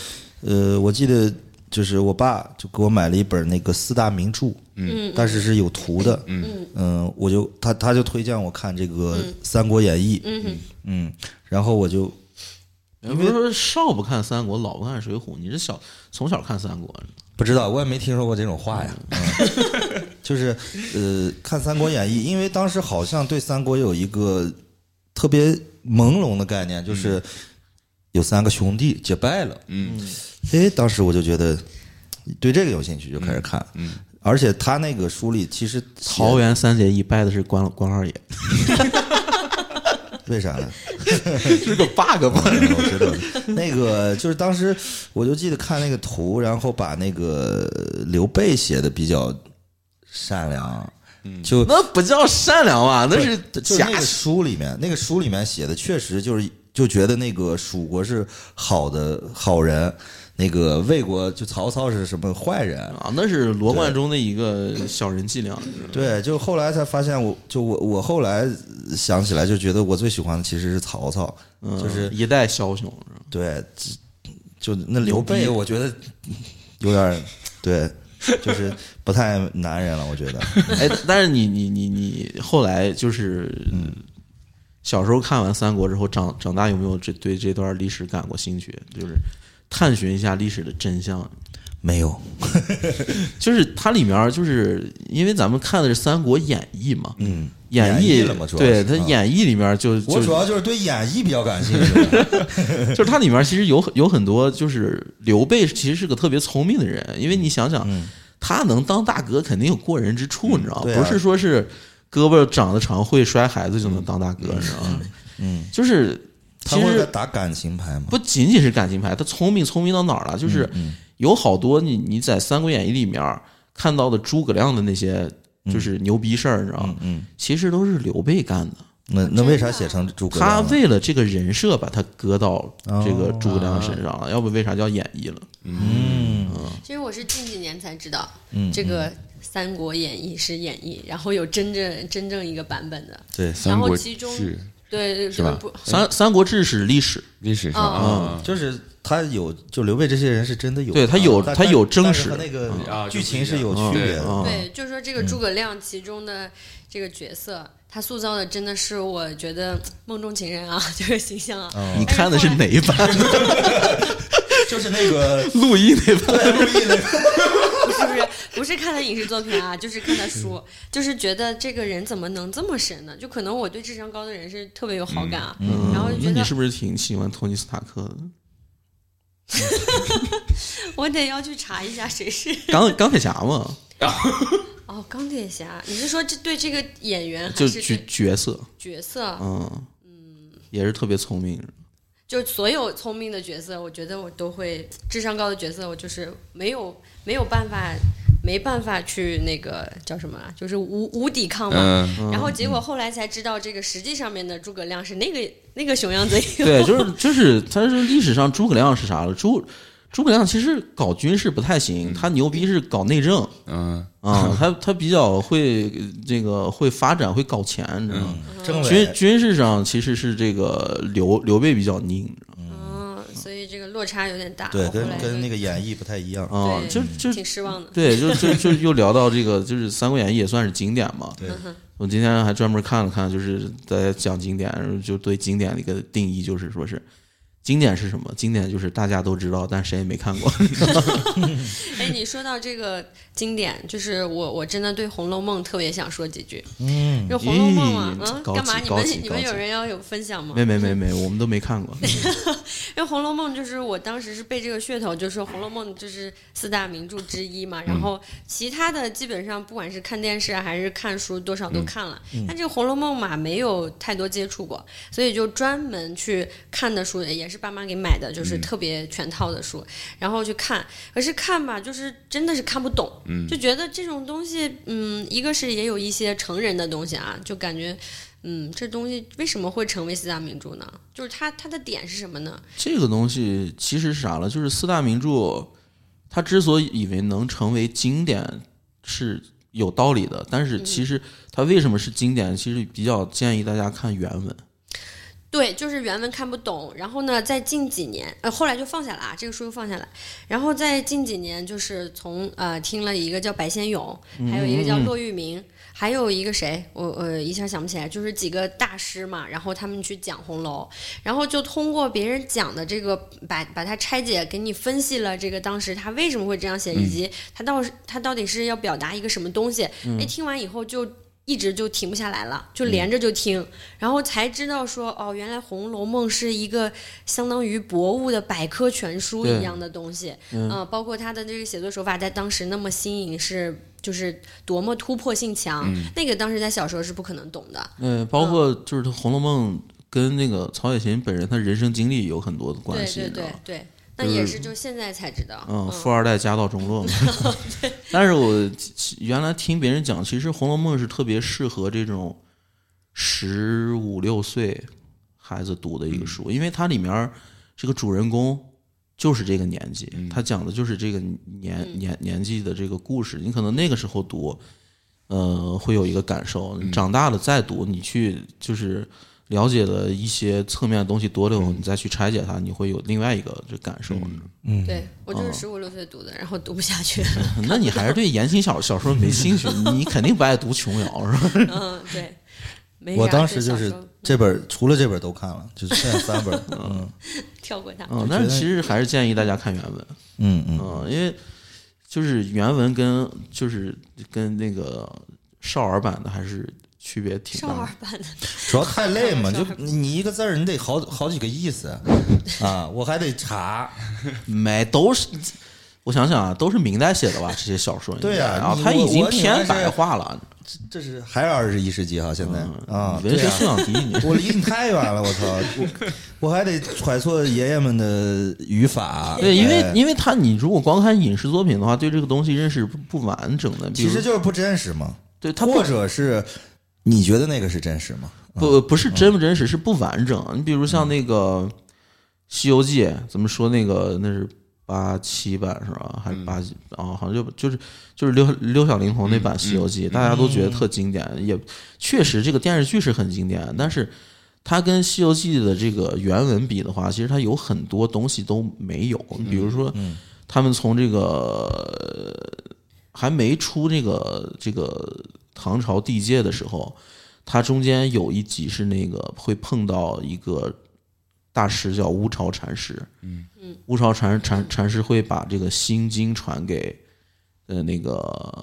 [SPEAKER 3] 呃，我记得就是我爸就给我买了一本那个四大名著，嗯，但是是有图的，嗯我就他他就推荐我看这个《三国演义》，嗯然后我就嗯
[SPEAKER 1] 不是说少不看三国，老不看水浒，你是小从小看三国，
[SPEAKER 3] 不知道，我也没听说过这种话呀。嗯、 就是呃，看《三国演义》，因为当时好像对三国有一个特别朦胧的概念，就是有三个兄弟结拜了。
[SPEAKER 2] 嗯，
[SPEAKER 3] 哎，当时我就觉得对这个有兴趣，就开始看。
[SPEAKER 2] 嗯
[SPEAKER 3] 而且他那个书里其实写
[SPEAKER 1] 桃园三结义拜的是关关二 爷，
[SPEAKER 3] 为啥 呢？
[SPEAKER 1] 是个 bug 吗？
[SPEAKER 3] 嗯我知道的。那个就是当时我就记得看那个图，然后把那个刘备写的比较善良，
[SPEAKER 2] 嗯
[SPEAKER 3] 就
[SPEAKER 1] 那不叫善良吧？那是
[SPEAKER 3] 就是
[SPEAKER 1] 假
[SPEAKER 3] 那个书里面，那个书里面写的确实就是就觉得那个蜀国是好的好人，那个魏国就曹操是什么坏人。
[SPEAKER 1] 啊，那是罗贯中的一个小人伎俩。
[SPEAKER 3] 对，就后来才发现我，就我我后来想起来就觉得我最喜欢的其实是曹操，
[SPEAKER 1] 嗯
[SPEAKER 3] 就是
[SPEAKER 1] 一代枭雄，是吧
[SPEAKER 3] 对，就那刘备，我觉得有点儿对， 就是不太男人了，我觉得。
[SPEAKER 1] 哎，但是你你你你后来就是、
[SPEAKER 3] 嗯
[SPEAKER 1] 小时候看完《三国》之后，长长大有没有这对这段历史感过兴趣？就是探寻一下历史的真相。
[SPEAKER 3] 没有，
[SPEAKER 1] 就是它里面儿就是因为咱们看的是《三国演义》嘛，
[SPEAKER 3] 嗯，
[SPEAKER 1] 演
[SPEAKER 3] 义
[SPEAKER 1] 义
[SPEAKER 3] 了嘛，主要
[SPEAKER 1] 对
[SPEAKER 3] 是
[SPEAKER 1] 它
[SPEAKER 3] 嗯
[SPEAKER 1] 演义里面儿就
[SPEAKER 3] 我
[SPEAKER 1] 就
[SPEAKER 3] 主要就是对演义比较感 兴趣。
[SPEAKER 1] 就是它里面其实有有很多，就是刘备其实是个特别聪明的人，因为你想想，他能当大哥，肯定有过人之处，你知道吗？
[SPEAKER 3] 嗯对啊
[SPEAKER 1] 不是说是胳膊长得长会摔孩子就能当大哥，你知道吗？
[SPEAKER 3] 嗯，
[SPEAKER 1] 就是
[SPEAKER 3] 他
[SPEAKER 1] 其
[SPEAKER 3] 会在
[SPEAKER 1] 实
[SPEAKER 3] 打感情牌吗？
[SPEAKER 1] 不仅仅是感情牌，他聪明聪明到哪儿了？就是
[SPEAKER 3] 嗯
[SPEAKER 1] 有好多你你在《三国演义》里面看到的诸葛亮的那些就是牛逼事儿，你知道吗？
[SPEAKER 3] 嗯，
[SPEAKER 1] 其实都是刘备干的。
[SPEAKER 3] 那那为啥写成诸葛
[SPEAKER 1] 他
[SPEAKER 3] 亮呢？
[SPEAKER 1] 为了这个人设，把他搁到这个诸葛亮身上了，要不为啥叫演义了？
[SPEAKER 3] 嗯
[SPEAKER 1] 嗯
[SPEAKER 4] 其实我是近几年才知道，这个《三国演义》是演义，然后有真正真正一个版本的，
[SPEAKER 3] 对，
[SPEAKER 2] 三国
[SPEAKER 4] 其中
[SPEAKER 2] 志
[SPEAKER 4] 对对
[SPEAKER 2] 是吧
[SPEAKER 4] 不，
[SPEAKER 1] 三三国志是历史，
[SPEAKER 2] 历史上啊，
[SPEAKER 3] 就是他有，就刘备这些人是真的有，
[SPEAKER 1] 对他有
[SPEAKER 3] 但
[SPEAKER 1] 他有真
[SPEAKER 3] 但是
[SPEAKER 1] 实
[SPEAKER 3] 和那个
[SPEAKER 2] 啊
[SPEAKER 3] 剧情是有
[SPEAKER 1] 嗯
[SPEAKER 3] 区别的。
[SPEAKER 1] 啊，
[SPEAKER 4] 对，就是说这个诸葛亮其中的这个角色，他塑造的真的是我觉得梦中情人啊， 这个形象啊。
[SPEAKER 1] 你看的是哪一版？
[SPEAKER 3] 嗯 就是那个
[SPEAKER 1] 陆毅那版？
[SPEAKER 3] 对陆毅那个，
[SPEAKER 4] 不是不是不是看他影视作品啊，就是看他书， 就是觉得这个人怎么能这么神呢？就可能我对智商高的人是特别有好感啊，然后就
[SPEAKER 1] 嗯那
[SPEAKER 4] 觉
[SPEAKER 1] 你
[SPEAKER 4] 得
[SPEAKER 1] 是不是挺喜欢托尼斯塔克的？
[SPEAKER 4] 我得要去查一下谁是
[SPEAKER 1] 钢钢铁侠嘛，
[SPEAKER 4] 哦，钢铁侠，你是说这对这个演员还
[SPEAKER 1] 就是角
[SPEAKER 4] 对
[SPEAKER 1] 角色，
[SPEAKER 4] 角色？
[SPEAKER 1] 嗯也是特别聪明。
[SPEAKER 4] 就所有聪明的角色，我觉得我都会智商高的角色，我就是没有没有办法，没办法去那个叫什么啊，就是无无抵抗嘛。
[SPEAKER 2] 嗯，
[SPEAKER 4] 然后结果后来才知道，这个实际上面的诸葛亮是那个那个熊样子。
[SPEAKER 1] 对，就是就是，他是历史上诸葛亮是啥了？诸诸葛亮其实搞军事不太行，他牛逼是搞内政
[SPEAKER 2] 嗯，
[SPEAKER 1] 啊，他他比较会呃这个会发展会搞钱，你知道吗？
[SPEAKER 3] 政
[SPEAKER 1] 军
[SPEAKER 3] 委
[SPEAKER 1] 军事上其实是这个刘刘备比较拧，你知道吗
[SPEAKER 4] 嗯，所以这个落差有点大。
[SPEAKER 3] 对
[SPEAKER 1] 哦
[SPEAKER 4] 我后
[SPEAKER 3] 跟
[SPEAKER 4] 来
[SPEAKER 3] 跟那
[SPEAKER 4] 就
[SPEAKER 3] 个演义不太一样。
[SPEAKER 1] 啊，
[SPEAKER 4] 对
[SPEAKER 1] 就就
[SPEAKER 4] 挺失望 的。
[SPEAKER 1] 对，就就就又聊到这个，就是《三国演义》也算是经典嘛。
[SPEAKER 4] 嗯
[SPEAKER 3] 对，
[SPEAKER 1] 我今天还专门看了看，就是大家讲经典，然后就对经典的一个定义，就是说是经典是什么？经典就是大家都知道，但谁也没看过。
[SPEAKER 4] 哎，你说到这个经典，就是我我真的对《红楼梦》特别想说几句。
[SPEAKER 3] 嗯，
[SPEAKER 4] 就《红楼梦》啊，
[SPEAKER 1] 咦
[SPEAKER 4] 嗯，
[SPEAKER 1] 高
[SPEAKER 4] 干嘛？
[SPEAKER 1] 级
[SPEAKER 4] 你
[SPEAKER 1] 高
[SPEAKER 4] 们
[SPEAKER 1] 级
[SPEAKER 4] 你
[SPEAKER 1] 高
[SPEAKER 4] 们有
[SPEAKER 1] 级
[SPEAKER 4] 人要有分享吗？
[SPEAKER 1] 没没没没，我们都没看过。
[SPEAKER 4] 因为《红楼梦》就是我当时是被这个噱头，就是《红楼梦》就是四大名著之一嘛，然后其他的基本上不管是看电视啊还是看书，多少都看了。但这个《红楼梦》嘛，没有太多接触过，所以就专门去看的书，也是爸妈给买的，就是特别全套的书，然后去看。可是看吧，就是真的是看不懂，就觉得这种东西，嗯，一个是也有一些成人的东西啊，就感觉。嗯，这东西为什么会成为四大名著呢？就是它它的点是什么呢？
[SPEAKER 1] 这个东西其实是啥了？就是四大名著，它之所以以为能成为经典是有道理的，但是
[SPEAKER 4] 嗯
[SPEAKER 1] 其实它为什么是经典？其实比较建议大家看原文。
[SPEAKER 4] 对，就是原文看不懂。然后呢，在近几年，呃，后来就放下了啊，这个书就放下了。然后在近几年，就是从呃听了一个叫白先勇，还有一个叫骆玉明，还有一个谁，我呃一下想不起来，就是几个大师嘛。然后他们去讲红楼，然后就通过别人讲的这个，把把它拆解，给你分析了这个当时他为什么会这样写，以及他到他到底是要表达一个什么东西。哎、听完以后就一直就停不下来了，就连着就听，然后才知道说哦，原来《红楼梦》是一个相当于博物的百科全书
[SPEAKER 1] 对
[SPEAKER 4] 一样的东西，嗯、包括他的这个写作手法在当时那么新颖是。就是多么突破性强，那个当时在小时候是不可能懂的。
[SPEAKER 1] 嗯，包括就是《红楼梦》跟那个曹雪芹本人他人生经历有很多的关
[SPEAKER 4] 对
[SPEAKER 1] 系，
[SPEAKER 4] 对
[SPEAKER 1] 你知道
[SPEAKER 4] 对
[SPEAKER 1] 吗
[SPEAKER 4] 对，那也是就现在才知道。
[SPEAKER 1] 嗯，富二代家道中落嘛。 但是我其原来听别人讲，其实《红楼梦》是特别适合这种十五六岁孩子读的一个书，因为它里面儿这个主人公就是这个年纪，他讲的就是这个年年年纪的这个故事。你可能那个时候读，呃，会有一个感受。你长大了再读，你去就是。了解了一些侧面的东西多了以后，你再去拆解它，你会有另外一个这感受。
[SPEAKER 4] 对我就是十五六岁读的，然后读不下去。
[SPEAKER 1] 那你还是对言情小小说没兴趣，你肯定不爱读琼瑶 是吧？
[SPEAKER 4] 嗯，对，没
[SPEAKER 3] 我
[SPEAKER 4] 啥
[SPEAKER 3] 当
[SPEAKER 4] 这
[SPEAKER 3] 时嗯就
[SPEAKER 4] 小
[SPEAKER 3] 是
[SPEAKER 4] 候
[SPEAKER 3] 这本儿除了这本儿都看了，就剩下三本儿。嗯
[SPEAKER 4] 跳过它。
[SPEAKER 1] 嗯，但是其实还是建议大家看原文，
[SPEAKER 3] 嗯嗯，
[SPEAKER 1] 嗯，因为就是原文跟就是跟那个少儿版的还是区别挺
[SPEAKER 4] 少
[SPEAKER 1] 大
[SPEAKER 4] 儿
[SPEAKER 1] 的。
[SPEAKER 4] 版的，
[SPEAKER 3] 主要太累 嘛，就你你一个字儿你得好好几个意思啊，我还得查。
[SPEAKER 1] 没都是，我想想啊，都是明代写的吧？这些小说应该
[SPEAKER 3] 对啊
[SPEAKER 1] 啊，
[SPEAKER 3] 你
[SPEAKER 1] 它已
[SPEAKER 3] 我
[SPEAKER 1] 经
[SPEAKER 3] 我你还
[SPEAKER 1] 偏
[SPEAKER 3] 是
[SPEAKER 1] 白化了，嗯
[SPEAKER 3] 这是还是二十一世纪哈，现在啊，
[SPEAKER 1] 文
[SPEAKER 3] 对
[SPEAKER 1] 学
[SPEAKER 3] 啊
[SPEAKER 1] 素养低，你
[SPEAKER 3] 我离你太远了，我操！我我还得揣测爷爷们的语法。
[SPEAKER 1] 对，因为
[SPEAKER 3] 哎
[SPEAKER 1] 因为它你如果光看影视作品的话，对这个东西认识不不完整的，比
[SPEAKER 3] 其
[SPEAKER 1] 如
[SPEAKER 3] 实就是不真实嘛，
[SPEAKER 1] 对它不
[SPEAKER 3] 或者是你觉得那个是真实吗？
[SPEAKER 1] 不不是真不真实，是不完整。你比如像那个《西游记》，怎么说那个那是八七版是吧？还是八几？哦，好像就就是就是六六小龄童那版《西游记》，大家都觉得特经典，也确实这个电视剧是很经典，但是。它跟《西游记》的这个原文比的话，其实它有很多东西都没有。比如说，他们从这个呃还没出这个这个唐朝地界的时候，它中间有一集是那个会碰到一个大师叫乌巢禅师，嗯嗯，乌巢禅禅禅师会把这个心经传给呃那个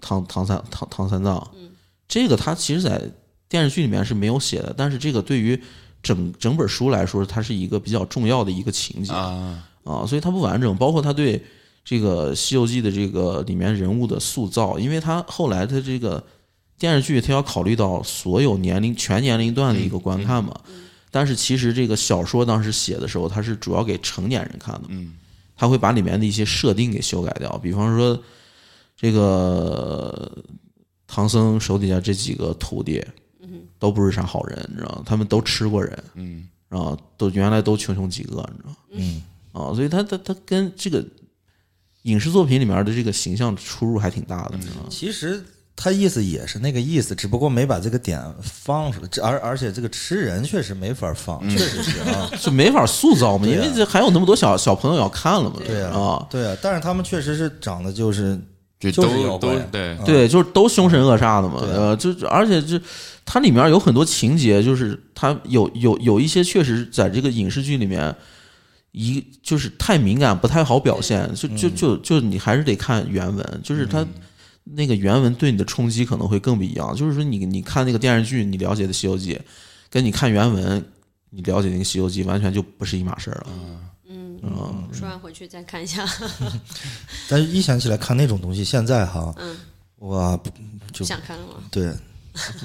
[SPEAKER 1] 唐唐三唐唐三藏，嗯，这个他其实在电视剧里面是没有写的，但是这个对于整整本书来说，它是一个比较重要的一个情节
[SPEAKER 2] 啊，
[SPEAKER 1] 啊，所以它不完整，包括它对这个《西游记》的这个里面人物的塑造，因为它后来它这个电视剧它要考虑到所有年龄全年龄段的一个观看嘛，
[SPEAKER 2] 嗯
[SPEAKER 1] 但是其实这个小说当时写的时候，它是主要给成年人看的，
[SPEAKER 2] 嗯，
[SPEAKER 1] 它会把里面的一些设定给修改掉，比方说这个唐僧手底下这几个徒弟，都不是啥好人，你知道吗，他们都吃过人，
[SPEAKER 2] 嗯，
[SPEAKER 1] 啊，都原来都穷凶极恶，你知道吗。
[SPEAKER 3] 嗯，
[SPEAKER 1] 啊，所以他他他跟这个影视作品里面的这个形象出入还挺大的，你知道吗？
[SPEAKER 3] 其实他意思也是那个意思，只不过没把这个点放出来，这而而且这个吃人确实没法放，确实是 啊。
[SPEAKER 1] 就没法塑造嘛，
[SPEAKER 3] 对
[SPEAKER 1] 因
[SPEAKER 3] 啊
[SPEAKER 1] 为这还有那么多小小朋友要看了嘛，
[SPEAKER 3] 对啊
[SPEAKER 1] 啊，，
[SPEAKER 3] 对啊，但是他们确实是长得就是
[SPEAKER 2] 就
[SPEAKER 3] 就是
[SPEAKER 2] 都
[SPEAKER 3] 妖
[SPEAKER 2] 都
[SPEAKER 3] 怪啊嗯
[SPEAKER 2] 对，
[SPEAKER 1] 对，就是都凶神恶煞的嘛，
[SPEAKER 3] 对啊
[SPEAKER 1] 呃，就是而且这它里面有很多情节，就是它有有有一些确实在这个影视剧里面一就是太敏感，不太好表现，就
[SPEAKER 3] 嗯
[SPEAKER 1] 就就就你还是得看原文，就是它那个原文对你的冲击可能会更不一样。就是说你你看那个电视剧，你了解的《西游记》，跟你看原文，你了解那个《西游记》完全就不是一码事儿了。
[SPEAKER 4] 嗯，
[SPEAKER 1] 嗯，
[SPEAKER 4] 说完回去再看一下。
[SPEAKER 3] 但是一想起来看那种东西，现在哈，
[SPEAKER 4] 嗯，
[SPEAKER 3] 哇，不就
[SPEAKER 4] 不想看了吗？
[SPEAKER 3] 对，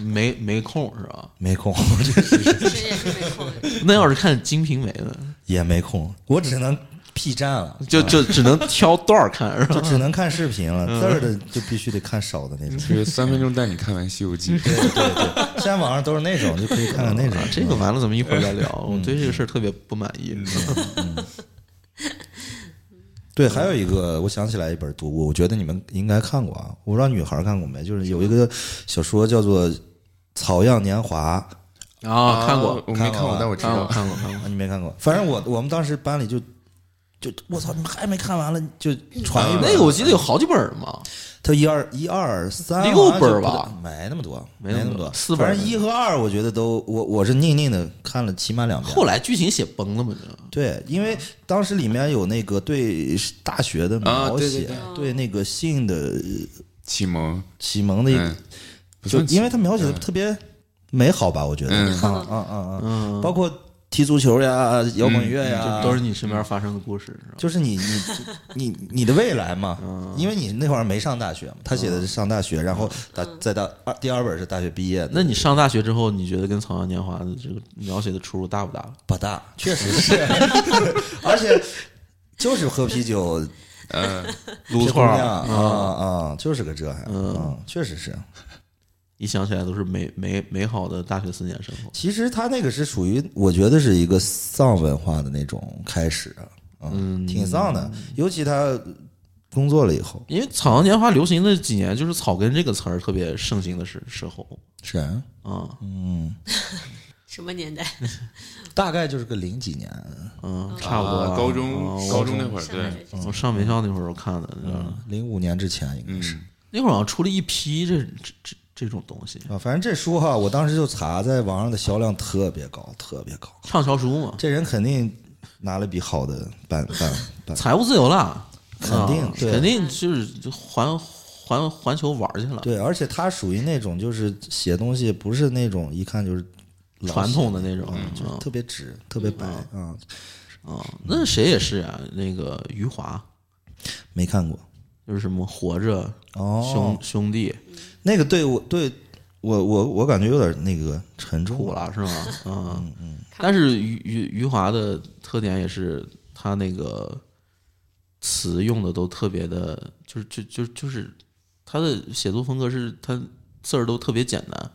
[SPEAKER 1] 没没空是吧？
[SPEAKER 3] 没空，
[SPEAKER 4] 其实也是没空的。
[SPEAKER 1] 那要是看《金瓶梅》呢，
[SPEAKER 3] 也没空，我只能 P 站了，
[SPEAKER 1] 就就只能挑段儿看是吧？
[SPEAKER 3] 就只能看视频
[SPEAKER 1] 嗯
[SPEAKER 3] 了，字儿的就必须得看少的那种。
[SPEAKER 2] 就是三分钟带你看完《西游记》。
[SPEAKER 3] 对对对，现在网上都是那种，就可以看看那种
[SPEAKER 1] 啊。这个完了，咱们一会儿再聊。我对这个事儿特别不满意。
[SPEAKER 3] 对，还有一个，我想起来一本读物，我觉得你们应该看过啊，我不知道女孩看过没，就是有一个小说叫做《草样年华》，
[SPEAKER 1] 啊，看过，
[SPEAKER 2] 我没看
[SPEAKER 3] 看过
[SPEAKER 2] 过
[SPEAKER 3] 啊，
[SPEAKER 2] 但我知
[SPEAKER 1] 看过，
[SPEAKER 2] 道。
[SPEAKER 1] 看过，看过。
[SPEAKER 3] 啊，你没看过？反正我我们当时班里就就我操，你们还没看完了，就传一本。
[SPEAKER 1] 啊
[SPEAKER 3] 啊
[SPEAKER 1] 那个我记得有好几本儿嘛，
[SPEAKER 3] 他一二一二三
[SPEAKER 1] 六本儿
[SPEAKER 3] 好像就不
[SPEAKER 1] 吧
[SPEAKER 3] 对，没那么多，
[SPEAKER 1] 没那么
[SPEAKER 3] 那多
[SPEAKER 1] 多，四本儿
[SPEAKER 3] 反正一和二我觉得都，我我是宁宁的看了起码两遍
[SPEAKER 1] 后。来剧情写崩了嘛，就
[SPEAKER 3] 对，因为当时里面有那个对大学的
[SPEAKER 2] 啊
[SPEAKER 3] 描
[SPEAKER 2] 对对
[SPEAKER 3] 写，对那个性的
[SPEAKER 2] 启蒙，
[SPEAKER 3] 启蒙的一个，
[SPEAKER 2] 嗯，不
[SPEAKER 3] 就
[SPEAKER 2] 算启
[SPEAKER 3] 因为他描写的
[SPEAKER 1] 嗯
[SPEAKER 3] 特别美好吧，我觉得，
[SPEAKER 2] 嗯
[SPEAKER 3] 啊 啊啊啊，包括踢足球呀、摇滚乐呀，
[SPEAKER 1] 嗯就都是你身边发生的故事，是吧
[SPEAKER 3] 啊就是你你你你的未来嘛，因为你那会儿没上大学嘛，他写的是上大学，然后大再到二第二本是大学毕业的，
[SPEAKER 1] 那你上大学之后，你觉得跟《草样年华》的这个描写的出入大不大？
[SPEAKER 3] 不大，确实是，而且就是喝啤酒、
[SPEAKER 1] 撸
[SPEAKER 2] 呃
[SPEAKER 3] 撇
[SPEAKER 1] 串
[SPEAKER 3] 姑
[SPEAKER 1] 儿
[SPEAKER 3] 娘啊啊，就是个这样，嗯，确实是。
[SPEAKER 1] 一想起来都是美美美好的大学四年生活。
[SPEAKER 3] 其实他那个是属于，我觉得是一个丧文化的那种开始，嗯，挺丧的，尤其他工作了以后，
[SPEAKER 1] 因为《草样年华》流行的几年，就是“草根”这个词儿特别盛行的时时候
[SPEAKER 3] 是啊
[SPEAKER 1] 啊，
[SPEAKER 4] 什么年代？
[SPEAKER 3] 大概就是个零几年，
[SPEAKER 1] 嗯，差不多
[SPEAKER 2] 啊
[SPEAKER 1] 吧。
[SPEAKER 2] 高中
[SPEAKER 1] 啊
[SPEAKER 2] 高中那会儿，
[SPEAKER 4] 上大学
[SPEAKER 2] 对，
[SPEAKER 4] 之
[SPEAKER 3] 嗯
[SPEAKER 4] 前
[SPEAKER 1] 我上名校那会儿我看的，你知道吗
[SPEAKER 3] 零五年之前应该
[SPEAKER 2] 嗯
[SPEAKER 3] 是。，
[SPEAKER 1] 那会儿好像出了一批这这这这种东西，
[SPEAKER 3] 啊，反正这书哈，我当时就查，在网上的销量特别高，特别高。
[SPEAKER 1] 畅销书嘛，
[SPEAKER 3] 这人肯定拿了笔好的版版版，
[SPEAKER 1] 财务自由了，
[SPEAKER 3] 肯定
[SPEAKER 1] 啊
[SPEAKER 3] 对
[SPEAKER 1] 肯定就是就环环环球玩去了，
[SPEAKER 3] 对，而且他属于那种就是写东西不是那种一看就是老
[SPEAKER 1] 传统的
[SPEAKER 3] 写
[SPEAKER 1] 那种
[SPEAKER 3] 啊就是
[SPEAKER 1] 嗯
[SPEAKER 3] 特别直、特别白啊，
[SPEAKER 1] 啊，那谁也是啊，那个余华
[SPEAKER 3] 没看过
[SPEAKER 1] 就是什么活着
[SPEAKER 3] 哦
[SPEAKER 1] 兄。兄弟
[SPEAKER 3] 那个对我对我我我感觉有点那个沉重
[SPEAKER 1] 苦，了 是吗？啊，
[SPEAKER 3] 嗯
[SPEAKER 1] 但是余余余华的特点也是他那个词用的都特别的，就是就就就是他的写作风格是他字儿都特别简单。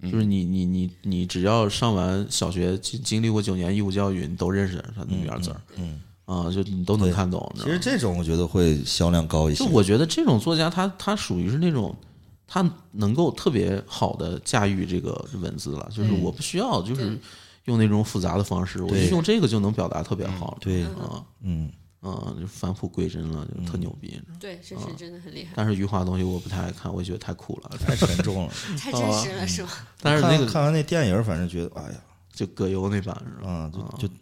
[SPEAKER 3] 嗯
[SPEAKER 1] 就是你你你你只要上完小学，经经历过九年义务教育，你都认识他那么点儿字儿，
[SPEAKER 3] 嗯，
[SPEAKER 1] 啊，就你都能
[SPEAKER 3] 对
[SPEAKER 1] 看懂。你
[SPEAKER 3] 其
[SPEAKER 1] 知道
[SPEAKER 3] 实
[SPEAKER 1] 吗
[SPEAKER 3] 这种我觉得会销量高一些
[SPEAKER 1] 就。我觉得这种作家他，他属于是那种他能够特别好的驾驭这个文字了，就是我不需要就是用那种复杂的方式，我就
[SPEAKER 3] 嗯对
[SPEAKER 1] 用这个就能表达特别好了。
[SPEAKER 3] 对
[SPEAKER 1] 啊
[SPEAKER 3] 嗯，
[SPEAKER 1] 啊，就返璞归真了，就特牛逼。
[SPEAKER 4] 对，这是真的很厉害，
[SPEAKER 1] 但是余华的东西我不太爱看，我也觉得太酷了。
[SPEAKER 3] 太沉重了。
[SPEAKER 4] 太真实了，是吗？
[SPEAKER 1] 但是那
[SPEAKER 3] 看
[SPEAKER 1] 个
[SPEAKER 3] 看完那电影，反正觉得哎呀，
[SPEAKER 1] 就葛优那版是吧？
[SPEAKER 3] 啊，就就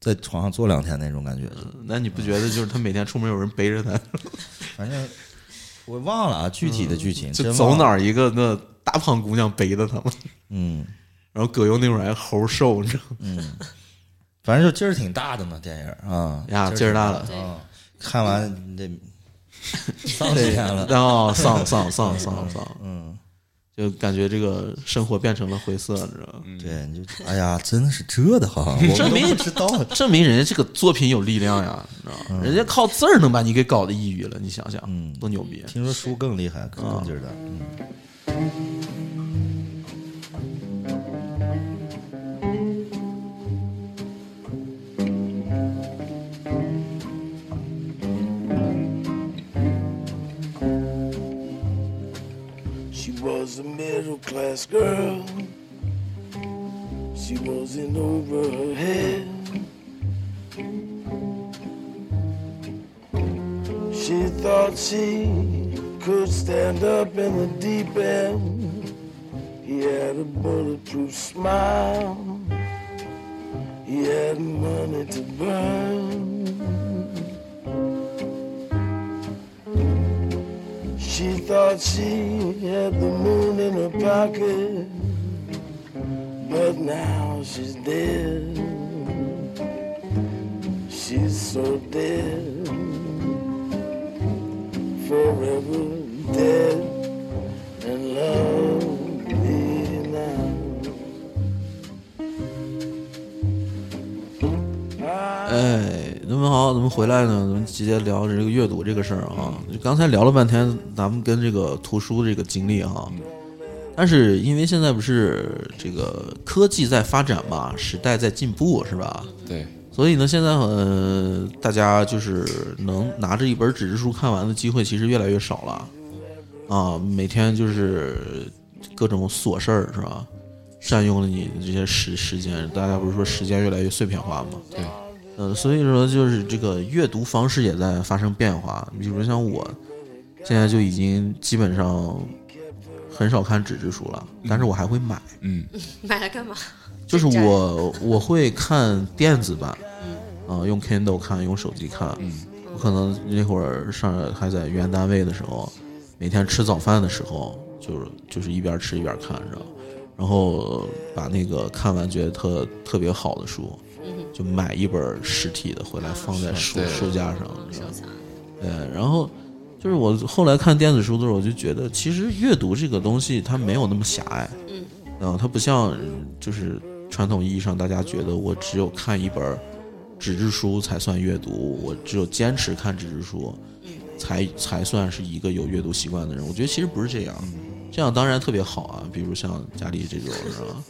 [SPEAKER 3] 在床上坐两天那种感觉。
[SPEAKER 1] 那你不觉得就是他每天出门有人背着他，
[SPEAKER 3] 反正我忘了啊，具体的剧
[SPEAKER 1] 嗯
[SPEAKER 3] 情
[SPEAKER 1] 就
[SPEAKER 3] 真
[SPEAKER 1] 走
[SPEAKER 3] 忘
[SPEAKER 1] 哪
[SPEAKER 3] 了
[SPEAKER 1] 儿一个那大胖姑娘背着他吗？
[SPEAKER 3] 嗯，
[SPEAKER 1] 然后葛优那会儿还猴瘦，你知道吗？
[SPEAKER 3] 反正就劲儿挺大的嘛，电影啊
[SPEAKER 1] 呀，劲儿大了。
[SPEAKER 4] 对，
[SPEAKER 3] 啊，看完 你得丧几天了。
[SPEAKER 1] 然后啊丧丧丧丧丧，嗯，就感觉这个生活变成了灰色，你知道吗？
[SPEAKER 3] 对，你就哎呀，真的是这的哈， 我
[SPEAKER 1] 证
[SPEAKER 3] 们
[SPEAKER 1] 明
[SPEAKER 3] 都不知道。嗯
[SPEAKER 1] 证明人家这个作品有力量呀，你知道吗？人家靠字儿能把你给搞得抑郁了，你想想，嗯，多牛逼！
[SPEAKER 3] 听说书更厉害，
[SPEAKER 1] 啊
[SPEAKER 3] 更劲儿大。嗯
[SPEAKER 5] She was a middle class girl. She was in over her head. She thought she could stand up in the deep end. He had a bulletproof smile. He he had money to burn. She thought she had the moon in her pocket, but now she's dead. She's so dead, forever dead, and love me now.
[SPEAKER 1] 哎，那么好，咱们回来呢，咱们直接聊这个阅读这个事儿啊。
[SPEAKER 3] 嗯
[SPEAKER 1] 刚才聊了半天，咱们跟这个图书这个经历哈、
[SPEAKER 3] 嗯
[SPEAKER 1] 但是因为现在不是这个科技在发展嘛，时代在进步是吧？
[SPEAKER 2] 对，
[SPEAKER 1] 所以呢，现在呃，大家就是能拿着一本纸质书看完的机会，其实越来越少了啊。每天就是各种琐事儿，是吧？占用了你的这些时时间，大家不是说时间越来越碎片化吗？
[SPEAKER 2] 对，
[SPEAKER 1] 呃，所以说就是这个阅读方式也在发生变化。你比如像我，现在就已经基本上很少看纸质书了，但是我还会买。
[SPEAKER 2] 嗯，
[SPEAKER 4] 买来干嘛？
[SPEAKER 1] 就是
[SPEAKER 4] 这样
[SPEAKER 1] 我我会看电子版，
[SPEAKER 4] 嗯
[SPEAKER 1] 啊、用 Kindle 看，用手机看。我可能那会儿上还在原单位的时候，每天吃早饭的时候，就是就是一边吃一边看着，然后把那个看完觉得特特别好的书，
[SPEAKER 4] 嗯
[SPEAKER 1] 就买一本实体的回来放在书
[SPEAKER 2] 对
[SPEAKER 1] 书架上，
[SPEAKER 4] 嗯
[SPEAKER 1] 是吧
[SPEAKER 4] 收藏。
[SPEAKER 1] 对，然后就是我后来看电子书的时候，我就觉得其实阅读这个东西它没有那么狭隘，
[SPEAKER 4] 嗯，
[SPEAKER 1] 啊，它不像嗯就是传统意义上大家觉得我只有看一本儿纸质书才算阅读，我只有坚持看纸质书，
[SPEAKER 4] 嗯
[SPEAKER 1] 才才算是一个有阅读习惯的人。我觉得其实不是这样，这样当然特别好啊，比如像家里这种是吧？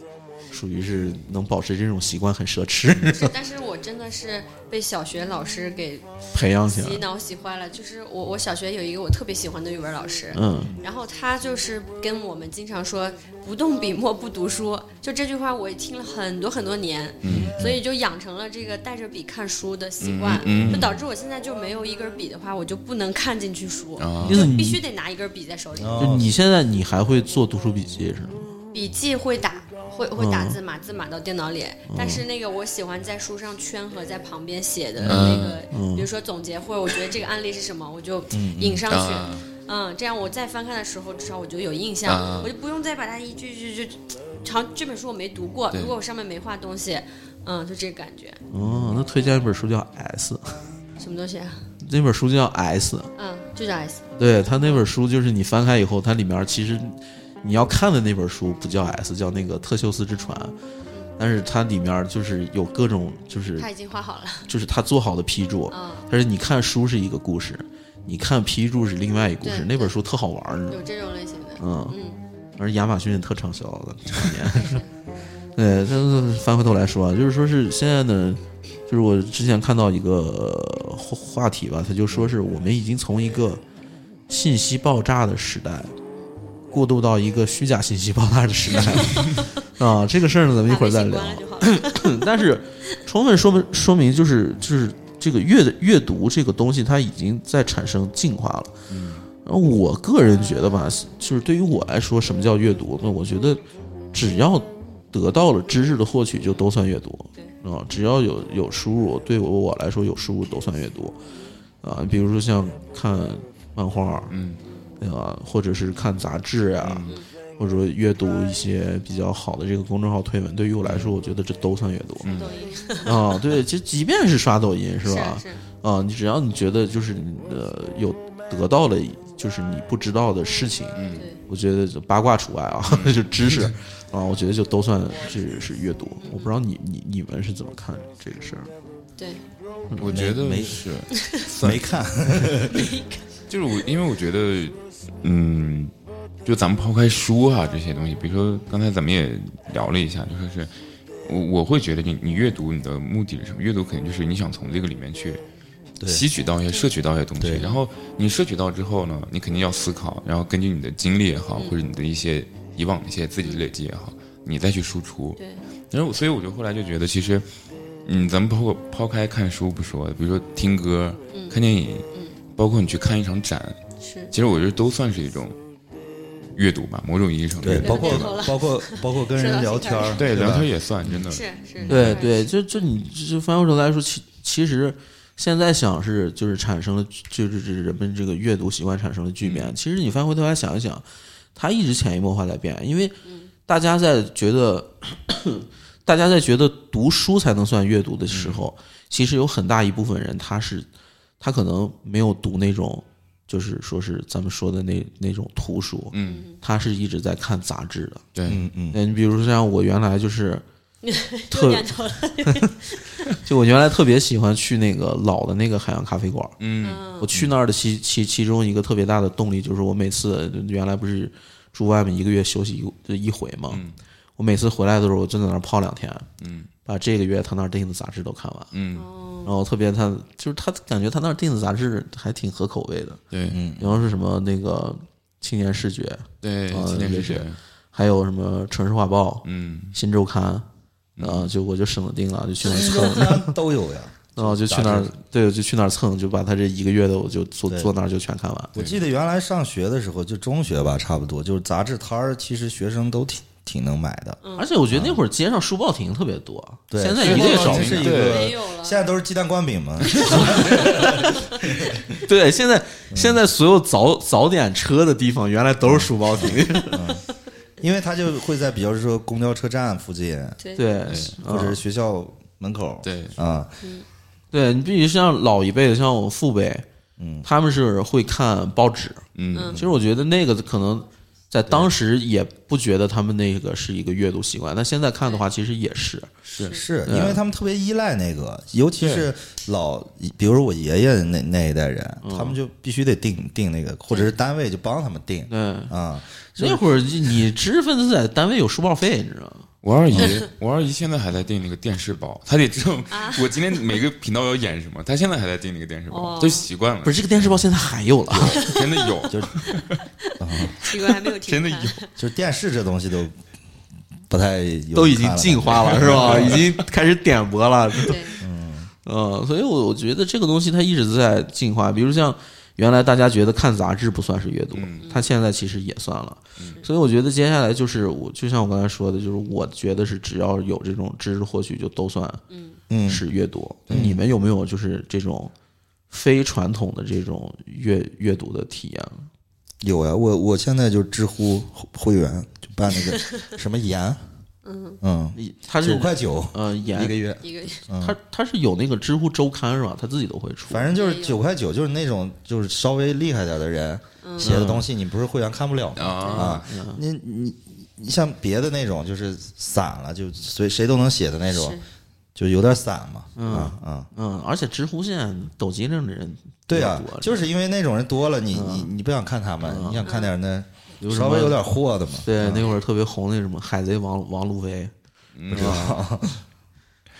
[SPEAKER 1] 属于是能保持这种习惯很奢侈，
[SPEAKER 4] 是但是我真的是被小学老师给
[SPEAKER 1] 培养起来
[SPEAKER 4] 洗，脑洗坏了。就是我，我小学有一个我特别喜欢的语文老师，
[SPEAKER 1] 嗯，
[SPEAKER 4] 然后他就是跟我们经常说“不动笔墨不读书”，就这句话我也听了很多很多年，所以就养成了这个带着笔看书的习惯，就导致我现在就没有一根笔的话，我就不能看进去书，
[SPEAKER 2] 啊
[SPEAKER 1] 意思
[SPEAKER 4] 必
[SPEAKER 1] 你
[SPEAKER 4] 须得拿一根笔在手里。
[SPEAKER 1] 就
[SPEAKER 3] 哦，
[SPEAKER 1] 你现在你还会做读书笔记是吗？
[SPEAKER 4] 笔记会打，会会打
[SPEAKER 1] 嗯
[SPEAKER 4] 字，码字码到电脑里。但是那个我喜欢在书上圈和在旁边写
[SPEAKER 1] 嗯
[SPEAKER 4] 的那个，比如说总结或者我觉得这个案例是什么，我就
[SPEAKER 1] 嗯
[SPEAKER 4] 引上去。
[SPEAKER 2] 啊
[SPEAKER 4] 嗯，这样我再翻看的时候，至少我就有印象，
[SPEAKER 2] 啊
[SPEAKER 4] 我就不用再把它一句句句，好像这本书我没读过，
[SPEAKER 2] 对
[SPEAKER 4] 如果我上面没画东西，嗯，就这个感觉。
[SPEAKER 1] 哦，那推荐一本书叫《S》，
[SPEAKER 4] 什么东西啊？
[SPEAKER 1] 那本书就叫《S》。
[SPEAKER 4] 嗯，就叫 S。
[SPEAKER 1] 对他那本书，就是你翻开以后，它里面其实你要看的那本书不叫 S，叫那个《特修斯之船》，但是它里面就是有各种就是
[SPEAKER 4] 他已经画好了。
[SPEAKER 1] 就是他做好的批注
[SPEAKER 4] 嗯，
[SPEAKER 1] 但是你看书是一个故事，你看批注是另外一个故事
[SPEAKER 4] 对。
[SPEAKER 1] 那本书特好玩儿，你知道
[SPEAKER 4] 有
[SPEAKER 1] 吗？
[SPEAKER 4] 这种类型的，
[SPEAKER 1] 嗯
[SPEAKER 4] 嗯，
[SPEAKER 1] 而亚马逊也特畅销的，常年。对，但是翻回头来说啊，就是说是现在呢，就是我之前看到一个呃话话题吧，他就说是我们已经从一个信息爆炸的时代，过渡到一个虚假信息爆炸的时代 啊。这个事儿呢，咱们一
[SPEAKER 4] 把
[SPEAKER 1] 会儿
[SPEAKER 4] 微
[SPEAKER 1] 再
[SPEAKER 4] 信
[SPEAKER 1] 聊
[SPEAKER 4] 关。了就好了。
[SPEAKER 1] 但是充分说明说明就是就是这个阅阅读这个东西，它已经在产生进化了。然后我个人觉得吧，就是对于我来说，什么叫阅读？那我觉得只要得到了知识的获取，就都算阅读。啊，只要有有输入，对我我来说有输入都算阅读。啊，比如说像看漫画，
[SPEAKER 2] 嗯，
[SPEAKER 1] 对吧？或者是看杂志啊呀、或者说阅读一些比较好的这个公众号推文，对于我来说，我觉得这都算阅读。
[SPEAKER 4] 抖音是
[SPEAKER 1] 啊，对，就即便是刷抖音是吧？
[SPEAKER 4] 是，
[SPEAKER 1] 啊，你只要你觉得就是你呃有得到了就是你不知道的事情，
[SPEAKER 2] 嗯
[SPEAKER 4] 对
[SPEAKER 1] 我觉得就八卦除外啊， 就知识啊，我觉得就都算是是阅读。我不知道你你你们是怎么看这个事儿？
[SPEAKER 4] 对，
[SPEAKER 2] 我觉得
[SPEAKER 3] 没
[SPEAKER 2] 是，
[SPEAKER 3] 没看，
[SPEAKER 2] 就是我，因为我觉得，嗯，就咱们抛开书啊这些东西，比如说刚才咱们也聊了一下，就说是我我会觉得你你阅读你的目的是什么？阅读肯定就是你想从这个里面去
[SPEAKER 3] 对
[SPEAKER 2] 吸取到一些、摄取到一些东西
[SPEAKER 3] 对，
[SPEAKER 2] 然后你摄取到之后呢，你肯定要思考，然后根据你的经历也好，
[SPEAKER 3] 嗯
[SPEAKER 2] 或者你的一些以往的一些自己的累积也好，你再去输出。
[SPEAKER 4] 对，
[SPEAKER 2] 然后我所以我就后来就觉得，其实，嗯，咱们包括抛开看书不说，比如说听歌、
[SPEAKER 3] 嗯
[SPEAKER 2] 看电影，包括你去看一场展，
[SPEAKER 4] 是
[SPEAKER 2] 其实我觉得都算是一种阅读吧，某种意义上的阅读
[SPEAKER 3] 对，包括
[SPEAKER 4] 对对对
[SPEAKER 3] 包括包括跟人聊天儿，
[SPEAKER 2] 对
[SPEAKER 3] 吧
[SPEAKER 2] 聊天也算真的，
[SPEAKER 4] 是是，
[SPEAKER 1] 嗯对
[SPEAKER 4] 是
[SPEAKER 1] 对，就就你就翻过头来说，其其实现在想是就是产生了，就是这人们这个阅读习惯产生了巨变。其实你翻回头来想一想，它一直潜移默化在变，因为大家在觉得大家在觉得读书才能算阅读的时候，其实有很大一部分人他是他可能没有读那种。就是说是咱们说的那那种图书，
[SPEAKER 2] 嗯，
[SPEAKER 1] 他是一直在看杂志的。
[SPEAKER 2] 对，
[SPEAKER 3] 嗯嗯，
[SPEAKER 1] 嗯，你比如说像我原来就是特
[SPEAKER 4] 又念头了，
[SPEAKER 1] 就我原来特别喜欢去那个老的那个海洋咖啡馆，
[SPEAKER 2] 嗯，
[SPEAKER 1] 我去那儿的其其其中一个特别大的动力就是我每次原来不是住外面一个月休息一就一回嘛，
[SPEAKER 2] 嗯
[SPEAKER 1] 我每次回来的时候我就在那儿泡两天，
[SPEAKER 2] 嗯，
[SPEAKER 1] 把这个月他那儿订的杂志都看完，
[SPEAKER 2] 嗯，
[SPEAKER 1] 然后特别他就是他感觉他那儿订的杂志还挺合口味的，
[SPEAKER 2] 对，
[SPEAKER 1] 比方说什么那个青年视觉，
[SPEAKER 2] 对，
[SPEAKER 1] 啊
[SPEAKER 2] 今天是谁
[SPEAKER 1] 对？还有什么城市画报、
[SPEAKER 2] 嗯，
[SPEAKER 1] 新周刊，啊、就我就省得订了，就去那儿 蹭。
[SPEAKER 3] 都有呀。
[SPEAKER 1] 然哦后就去那
[SPEAKER 3] 杂
[SPEAKER 1] 儿
[SPEAKER 3] 志，
[SPEAKER 1] 对，就去那儿蹭，就把他这一个月的，我就坐
[SPEAKER 3] 对
[SPEAKER 1] 坐那儿就全看完。
[SPEAKER 3] 我记得原来上学的时候，就中学吧，差不多，就是杂志摊儿，其实学生都挺挺能买的。
[SPEAKER 4] 嗯
[SPEAKER 1] 而且我觉得那会儿街上书报亭特别多，
[SPEAKER 3] 嗯对，
[SPEAKER 1] 现在
[SPEAKER 3] 书
[SPEAKER 1] 一个也
[SPEAKER 3] 报
[SPEAKER 1] 少
[SPEAKER 3] 亭
[SPEAKER 1] 见
[SPEAKER 3] 是一
[SPEAKER 4] 没
[SPEAKER 3] 个
[SPEAKER 4] 有，了
[SPEAKER 3] 现在都是鸡蛋灌 饼嘛。
[SPEAKER 1] 对，现在
[SPEAKER 3] 嗯
[SPEAKER 1] 现在所有早早点车的地方，原来都是书报亭。
[SPEAKER 3] 嗯因为他就会在比较是说公交车站附近，
[SPEAKER 1] 啊
[SPEAKER 4] 对
[SPEAKER 1] 对，嗯
[SPEAKER 3] 或者是学校门口，
[SPEAKER 2] 对
[SPEAKER 3] 啊，
[SPEAKER 1] 对你必须像老一辈的，像我父辈，嗯，他们是会看报纸。
[SPEAKER 2] 嗯，
[SPEAKER 1] 其实我觉得那个可能在当时也不觉得他们那个是一个阅读习惯，但现在看的话，其实也是。嗯
[SPEAKER 3] 是因为他们特别依赖那个，尤其是老，比如说我爷爷那那一代人，
[SPEAKER 1] 嗯
[SPEAKER 3] 他们就必须得定定那个，或者是单位就帮他们定
[SPEAKER 1] 对，
[SPEAKER 3] 啊。
[SPEAKER 1] 那会儿你知识分子在单位有书报费，你知道吗？
[SPEAKER 2] 我二姨，我二姨现在还在订那个电视报，她得知道
[SPEAKER 4] 啊
[SPEAKER 2] 我今天每个频道要演什么，她现在还在订那个电视报，
[SPEAKER 4] 哦
[SPEAKER 2] 都习惯了
[SPEAKER 1] 不，是这个电视报现在还有了。
[SPEAKER 2] 真的有，
[SPEAKER 4] 奇怪还没有
[SPEAKER 2] 真
[SPEAKER 4] 听
[SPEAKER 2] 的
[SPEAKER 4] 看
[SPEAKER 2] 有，
[SPEAKER 3] 就是电视这东西都不太有
[SPEAKER 1] 都已
[SPEAKER 3] 人
[SPEAKER 1] 经
[SPEAKER 3] 看了
[SPEAKER 1] 进化了，是 吧？已经开始点播了，
[SPEAKER 4] 对
[SPEAKER 1] 嗯，所以我我觉得这个东西它一直在进化。比如像原来大家觉得看杂志不算是阅读，它现在其实也算了。所以我觉得接下来就是我，就像我刚才说的，就是我觉得是只要有这种知识获取，就都算
[SPEAKER 3] 嗯
[SPEAKER 1] 是阅读。你们有没有就是这种非传统的这种阅阅读的体验？
[SPEAKER 3] 有呀，我我现在就知乎会员就办那个什么盐，嗯嗯，
[SPEAKER 1] 它是
[SPEAKER 3] 九块九
[SPEAKER 1] 呃，
[SPEAKER 3] 一个
[SPEAKER 1] 研
[SPEAKER 3] 月，
[SPEAKER 4] 一个
[SPEAKER 1] 它它是有那个知乎周刊是吧？它自己都会出。
[SPEAKER 3] 反正就是九块九，就是那种就是稍微厉害点的人
[SPEAKER 4] 嗯
[SPEAKER 3] 写的东西，你不是会员看不了吗？
[SPEAKER 2] 啊
[SPEAKER 3] 啊，你你你像别的那种就是散了，就随谁都能写的那种
[SPEAKER 4] 是，
[SPEAKER 3] 就有点散嘛，啊啊，
[SPEAKER 1] 嗯，而且知乎现在抖机灵的人
[SPEAKER 3] 对
[SPEAKER 1] 呀、
[SPEAKER 3] 啊，就是因为那种人多了，你你你不想看他们，你想看点那
[SPEAKER 1] 嗯有什
[SPEAKER 3] 稍微
[SPEAKER 1] 么
[SPEAKER 3] 有点嗯货的嘛，
[SPEAKER 1] 对那会儿特别红那什么海贼王王路飞，
[SPEAKER 2] 嗯，嗯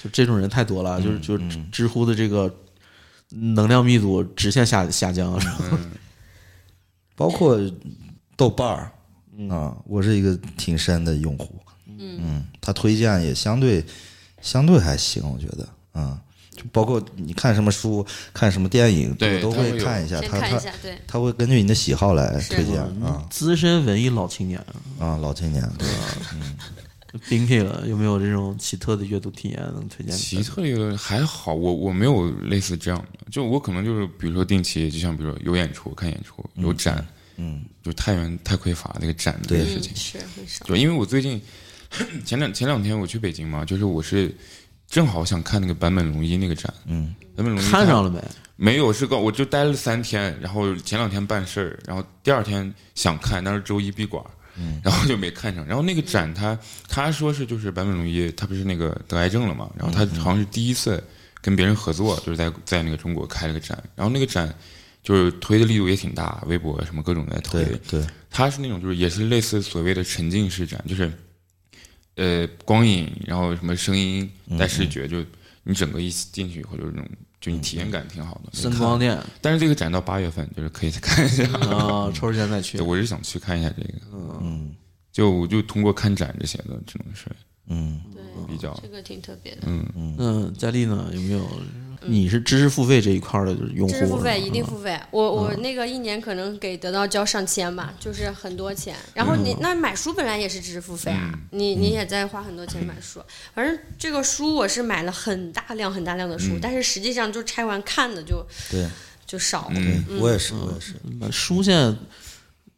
[SPEAKER 1] 就这种人太多了，就是就是知知乎的这个能量密度直线下下降。
[SPEAKER 3] 包括豆瓣儿啊，我是一个挺深的用户，嗯，他推荐也相对相对还行，我觉得，嗯，就包括你看什么书、看什么电影，
[SPEAKER 2] 对
[SPEAKER 3] 都
[SPEAKER 2] 他
[SPEAKER 3] 会
[SPEAKER 2] 会有
[SPEAKER 3] 看
[SPEAKER 1] 啊
[SPEAKER 3] 一下，
[SPEAKER 4] 先
[SPEAKER 3] 他
[SPEAKER 4] 看一
[SPEAKER 3] 他
[SPEAKER 4] 下，对，
[SPEAKER 3] 他会根据你的喜好来
[SPEAKER 4] 是嗯
[SPEAKER 3] 推荐啊
[SPEAKER 1] 资深文艺老青年啊
[SPEAKER 3] 啊，老青年对，
[SPEAKER 1] ，Binky 了，有没有这种奇特的阅读体验能推荐？
[SPEAKER 2] 奇特这个还好，我我没有类似这样的，就我可能就是比如说定期，就像比如说有演出、看演出、有展，
[SPEAKER 3] 嗯，
[SPEAKER 2] 就太原太匮乏那个展的这个事
[SPEAKER 4] 嗯
[SPEAKER 2] 情，
[SPEAKER 4] 是很少，
[SPEAKER 2] 对，因为我最近 前两前两天我去北京嘛，就是我是正好想看那个坂本龙一那个展，
[SPEAKER 3] 嗯，
[SPEAKER 2] 坂本龙一
[SPEAKER 1] 看上了没？
[SPEAKER 2] 没有？是告我就待了三天，然后前两天办事儿，然后第二天想看，但是周一闭馆儿，
[SPEAKER 1] 嗯
[SPEAKER 2] 然后就没看上。然后那个展他他说是就是坂本龙一，他不是那个得癌症了嘛，然后他好像是第一次跟别人合作，
[SPEAKER 1] 嗯
[SPEAKER 2] 就是在在那个中国开了个展，然后那个展就是推的力度也挺大，微博什么各种在推，
[SPEAKER 3] 对对，
[SPEAKER 2] 它是那种就是也是类似所谓的沉浸式展，就是呃光影，然后什么声音带视
[SPEAKER 1] 嗯
[SPEAKER 2] 觉，就你整个一进去以后就是那种就你体验感挺好的。
[SPEAKER 1] 嗯声光电
[SPEAKER 2] 但是这个展到八月份就是可以去看一下，
[SPEAKER 1] 啊，抽时间再去
[SPEAKER 2] 对，。我是想去看一下这个。嗯，就我就通过看展这些的，只能是
[SPEAKER 3] 嗯，
[SPEAKER 4] 对，
[SPEAKER 2] 比较
[SPEAKER 4] 这个挺特别的。
[SPEAKER 1] 嗯，佳丽呢？有没有你是知识付费这一块儿的用户，嗯
[SPEAKER 4] 知识付费
[SPEAKER 1] 是吧
[SPEAKER 4] 一定付费，我我那个一年可能给得到交上千吧，就是很多钱。然后
[SPEAKER 1] 嗯
[SPEAKER 4] 你那买书本来也是知识付费啊，你你也在花很多钱买书。反正这个书我是买了很大量很大量的
[SPEAKER 1] 嗯
[SPEAKER 4] 书，但是实际上就拆完看的就
[SPEAKER 3] 对，
[SPEAKER 4] 就
[SPEAKER 1] 嗯
[SPEAKER 4] 少了。
[SPEAKER 3] 我也是，我也是。
[SPEAKER 4] 嗯
[SPEAKER 1] 那书现在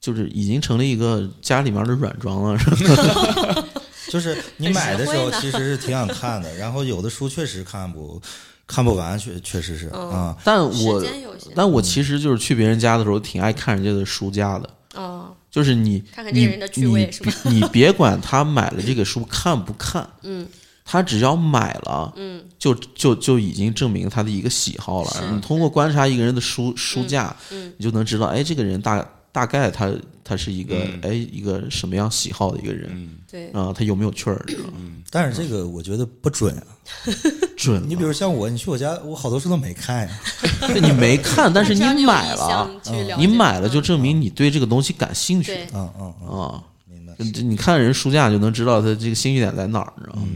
[SPEAKER 1] 就是已经成了一个家里面的软装了，是吧？
[SPEAKER 3] 就是你
[SPEAKER 4] 很
[SPEAKER 3] 买
[SPEAKER 4] 实
[SPEAKER 3] 的时
[SPEAKER 4] 惠
[SPEAKER 3] 候
[SPEAKER 4] 呢
[SPEAKER 3] 其实是挺想看的，然后有的书确实看不看不完，确确实是
[SPEAKER 4] 嗯
[SPEAKER 3] 啊。
[SPEAKER 1] 但
[SPEAKER 4] 时
[SPEAKER 1] 我
[SPEAKER 4] 间嗯有限
[SPEAKER 1] 但我其实就是去别人家的时候，挺爱看人家的书架的。
[SPEAKER 4] 哦，
[SPEAKER 1] 就是你，
[SPEAKER 4] 看看这个人的趣味
[SPEAKER 1] 你
[SPEAKER 4] 是吧
[SPEAKER 1] 你你别管他买了这个书看不 看，嗯，他只要买了，嗯，就就就已经证明他的一个喜好了。你通过观察一个人的书书架，嗯，你就能知道，哎，这个人大大概他他是一个、哎一个什么样喜好的一个人
[SPEAKER 4] 对，
[SPEAKER 1] 啊、他有没有趣儿？
[SPEAKER 3] 但是这个我觉得不准啊。
[SPEAKER 1] 准
[SPEAKER 3] 你比如像我，你去我家，我好多书都没看呀。
[SPEAKER 1] 对你没看，但是
[SPEAKER 4] 那只要
[SPEAKER 1] 你
[SPEAKER 4] 有
[SPEAKER 1] 买
[SPEAKER 4] 意
[SPEAKER 1] 了，嗯
[SPEAKER 4] 向去了
[SPEAKER 1] 你
[SPEAKER 4] 解嗯
[SPEAKER 1] 买了就证明你对这个东西感兴趣
[SPEAKER 4] 对
[SPEAKER 3] 嗯嗯嗯，
[SPEAKER 1] 啊。
[SPEAKER 3] 明白。
[SPEAKER 1] 你你看人书架就能知道他这个兴趣点在哪儿，你知道吗？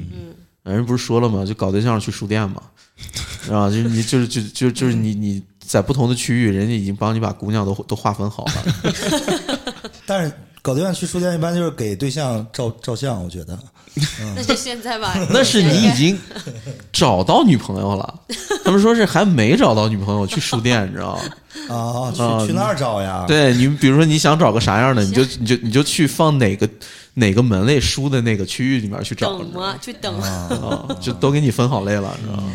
[SPEAKER 1] 嗯，人不是说了吗？就搞对象去书店嘛，啊，就是你就是就就就是你你在不同的区域，人家已经帮你把姑娘都都划分好了。
[SPEAKER 3] 但是搞对象去书店一般就是给对象照照相，我觉得
[SPEAKER 4] 那就现在吧。
[SPEAKER 1] 嗯 那是你已经找到女朋友了，他们说是还没找到女朋友去书店，你知道吗？
[SPEAKER 3] 啊，
[SPEAKER 1] 啊
[SPEAKER 3] 去去那儿照呀。
[SPEAKER 1] 对你，比如说你想找个啥样的，你就你就你就去放哪个哪个门类书的那个区域里面去找，
[SPEAKER 4] 等
[SPEAKER 1] 你知道吗
[SPEAKER 4] 嘛，去等。
[SPEAKER 1] 啊，就都给你分好类了，你知道吗？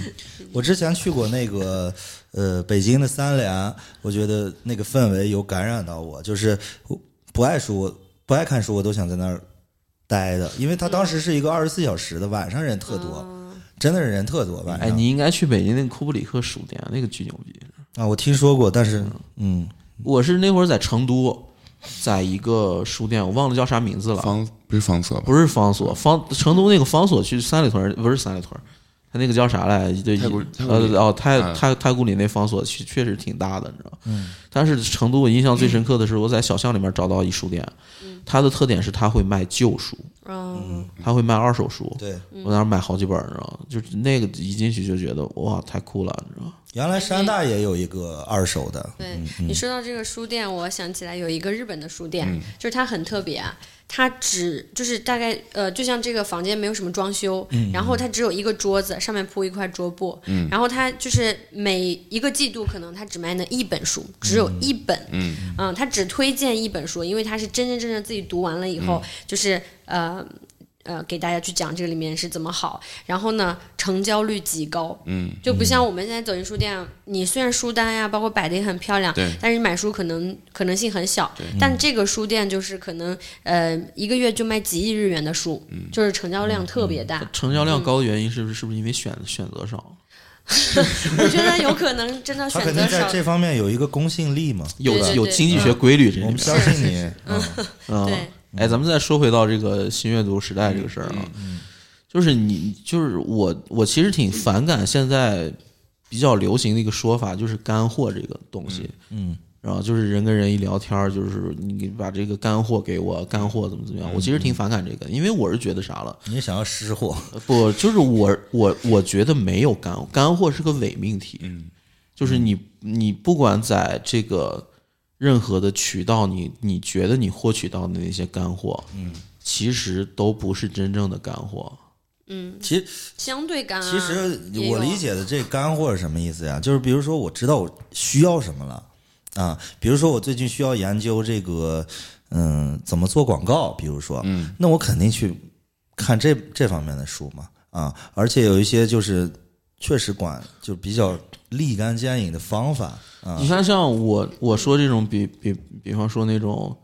[SPEAKER 3] 我之前去过那个呃北京的三联，我觉得那个氛围有感染到我，就是我不爱书、不爱看书，我都想在那儿待的，因为他当时是一个二十四小时的，晚上人特多，真的是人特多晚上。
[SPEAKER 1] 哎，你应该去北京那个库布里克书店，那个巨牛逼。
[SPEAKER 3] 啊，我听说过，但是嗯，
[SPEAKER 1] 我是那会儿在成都，在一个书店，我忘了叫啥名字了，
[SPEAKER 2] 方不是方所吧？
[SPEAKER 1] 不是方所，方成都那个方所去三里屯儿，不是三里屯儿，他那个叫啥来？对，
[SPEAKER 2] 太古太古
[SPEAKER 1] 呃
[SPEAKER 2] 里
[SPEAKER 1] 哦，太
[SPEAKER 2] 啊
[SPEAKER 1] 太太古里那方所确确实挺大的，你知道。嗯。但是成都我印象最深刻的是，我在小巷里面找到一书店，它的特点是它会卖旧书，
[SPEAKER 4] 嗯，
[SPEAKER 1] 它会卖二手书。
[SPEAKER 3] 对，
[SPEAKER 1] 我当时买好几本儿，你知道吗，就是那个一进去就觉得哇，太酷了，你知道吗。
[SPEAKER 3] 原来山大也有一个二手的，
[SPEAKER 4] 对
[SPEAKER 1] 嗯
[SPEAKER 4] 你说到这个书店，我想起来有一个日本的书店，
[SPEAKER 1] 嗯
[SPEAKER 4] 就是它很特别啊，它只就是大概呃，就像这个房间没有什么装修，
[SPEAKER 2] 嗯
[SPEAKER 4] 然后它只有一个桌子，上面铺一块桌布，然后它就是每一个季度可能它只卖那一本书，只有一本，嗯，它只推荐一本书，因为它是真真正正自己读完了以后，
[SPEAKER 2] 嗯
[SPEAKER 4] 就是呃。呃，给大家去讲这个里面是怎么好，然后呢，成交率极高，
[SPEAKER 2] 嗯，
[SPEAKER 4] 就不像我们现在走进书店，你虽然书单呀、包括摆的也很漂亮，
[SPEAKER 2] 对嗯
[SPEAKER 4] 但是买书可能可能性很小。但这个书店就是可能呃一个月就卖几亿日元的书，就是成交量特别
[SPEAKER 2] 嗯
[SPEAKER 4] 大。
[SPEAKER 1] 成交量高的原因是不是是不是因为选选择少？
[SPEAKER 4] 我觉得有可能真的
[SPEAKER 3] 他
[SPEAKER 4] 选
[SPEAKER 3] 肯定
[SPEAKER 4] 择
[SPEAKER 3] 在
[SPEAKER 4] 少。
[SPEAKER 3] 这方面有一个公信力嘛，
[SPEAKER 1] 有
[SPEAKER 4] 对对
[SPEAKER 1] 有
[SPEAKER 4] 对
[SPEAKER 1] 经济学规律这里
[SPEAKER 3] 我
[SPEAKER 1] 面
[SPEAKER 3] 们。相信
[SPEAKER 4] 是
[SPEAKER 3] 你，嗯，
[SPEAKER 1] 啊
[SPEAKER 4] 对，
[SPEAKER 1] 哎，咱们再说回到这个新阅读时代这个事儿啊，
[SPEAKER 3] 嗯
[SPEAKER 1] 就是你就是我，我其实挺反感现在比较流行的一个说法，就是干货这个东西，
[SPEAKER 3] 嗯嗯，
[SPEAKER 1] 然后就是人跟人一聊天儿，就是你把这个干货给我，干货怎么怎
[SPEAKER 3] 嗯
[SPEAKER 1] 么样，我其实挺反感这个，因为我是觉得啥了，
[SPEAKER 3] 你想要识货，
[SPEAKER 1] 呃不，就是我我我觉得没有干干货是个伪命题，
[SPEAKER 2] 嗯，
[SPEAKER 1] 就是你你不管在这个任何的渠道，你你觉得你获取到的那些干货，嗯，其实都不是真正的干货，
[SPEAKER 3] 其实
[SPEAKER 4] 相对干、啊。
[SPEAKER 3] 其实
[SPEAKER 4] 嗯也
[SPEAKER 3] 我
[SPEAKER 4] 有
[SPEAKER 3] 理解的这干货是什么意思呀？就是比如说我知道我需要什么了啊，比如说我最近需要研究这个，嗯，怎么做广告，比如说，嗯，那我肯定去看这这方面的书嘛啊，而且有一些就是确实管就比较立竿见影的方法啊，
[SPEAKER 1] 你看，像我我说这种比比比方说那种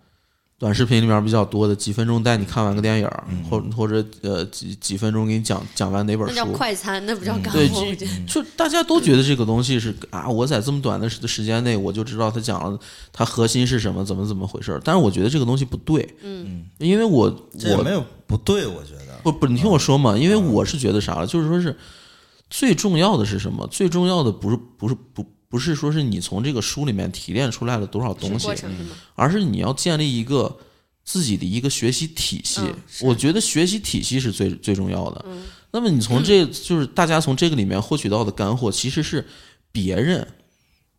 [SPEAKER 1] 短视频里面比较多的，几分钟带你看完个电影儿，或或者呃几几分钟给你讲讲完哪本
[SPEAKER 4] 那
[SPEAKER 1] 书，
[SPEAKER 4] 叫快餐，那不 叫干
[SPEAKER 1] 对，嗯
[SPEAKER 4] 货。我觉
[SPEAKER 1] 就
[SPEAKER 4] 得
[SPEAKER 1] 就大家都觉得这个东西是啊，我在这么短的时时间内我就知道他讲了它核心是什么，怎么怎么回事儿。但是我觉得这个东西不对，嗯，因为我
[SPEAKER 3] 这也
[SPEAKER 1] 我
[SPEAKER 3] 没有不对，我觉得
[SPEAKER 1] 不不，你听我说嘛，因为我是觉得啥了，就是说是最重要的是什么？最重要的不是不是不不是说是你从这个书里面提炼出来了多少东
[SPEAKER 4] 是
[SPEAKER 1] 西
[SPEAKER 4] 过，程是吗？
[SPEAKER 1] 而是你要建立一个自己的一个学习体系。
[SPEAKER 4] 嗯是嗯
[SPEAKER 1] 我觉得学习体系是最最重要的。那么你从这 就是大家从这个里面获取到的干货，其实是别人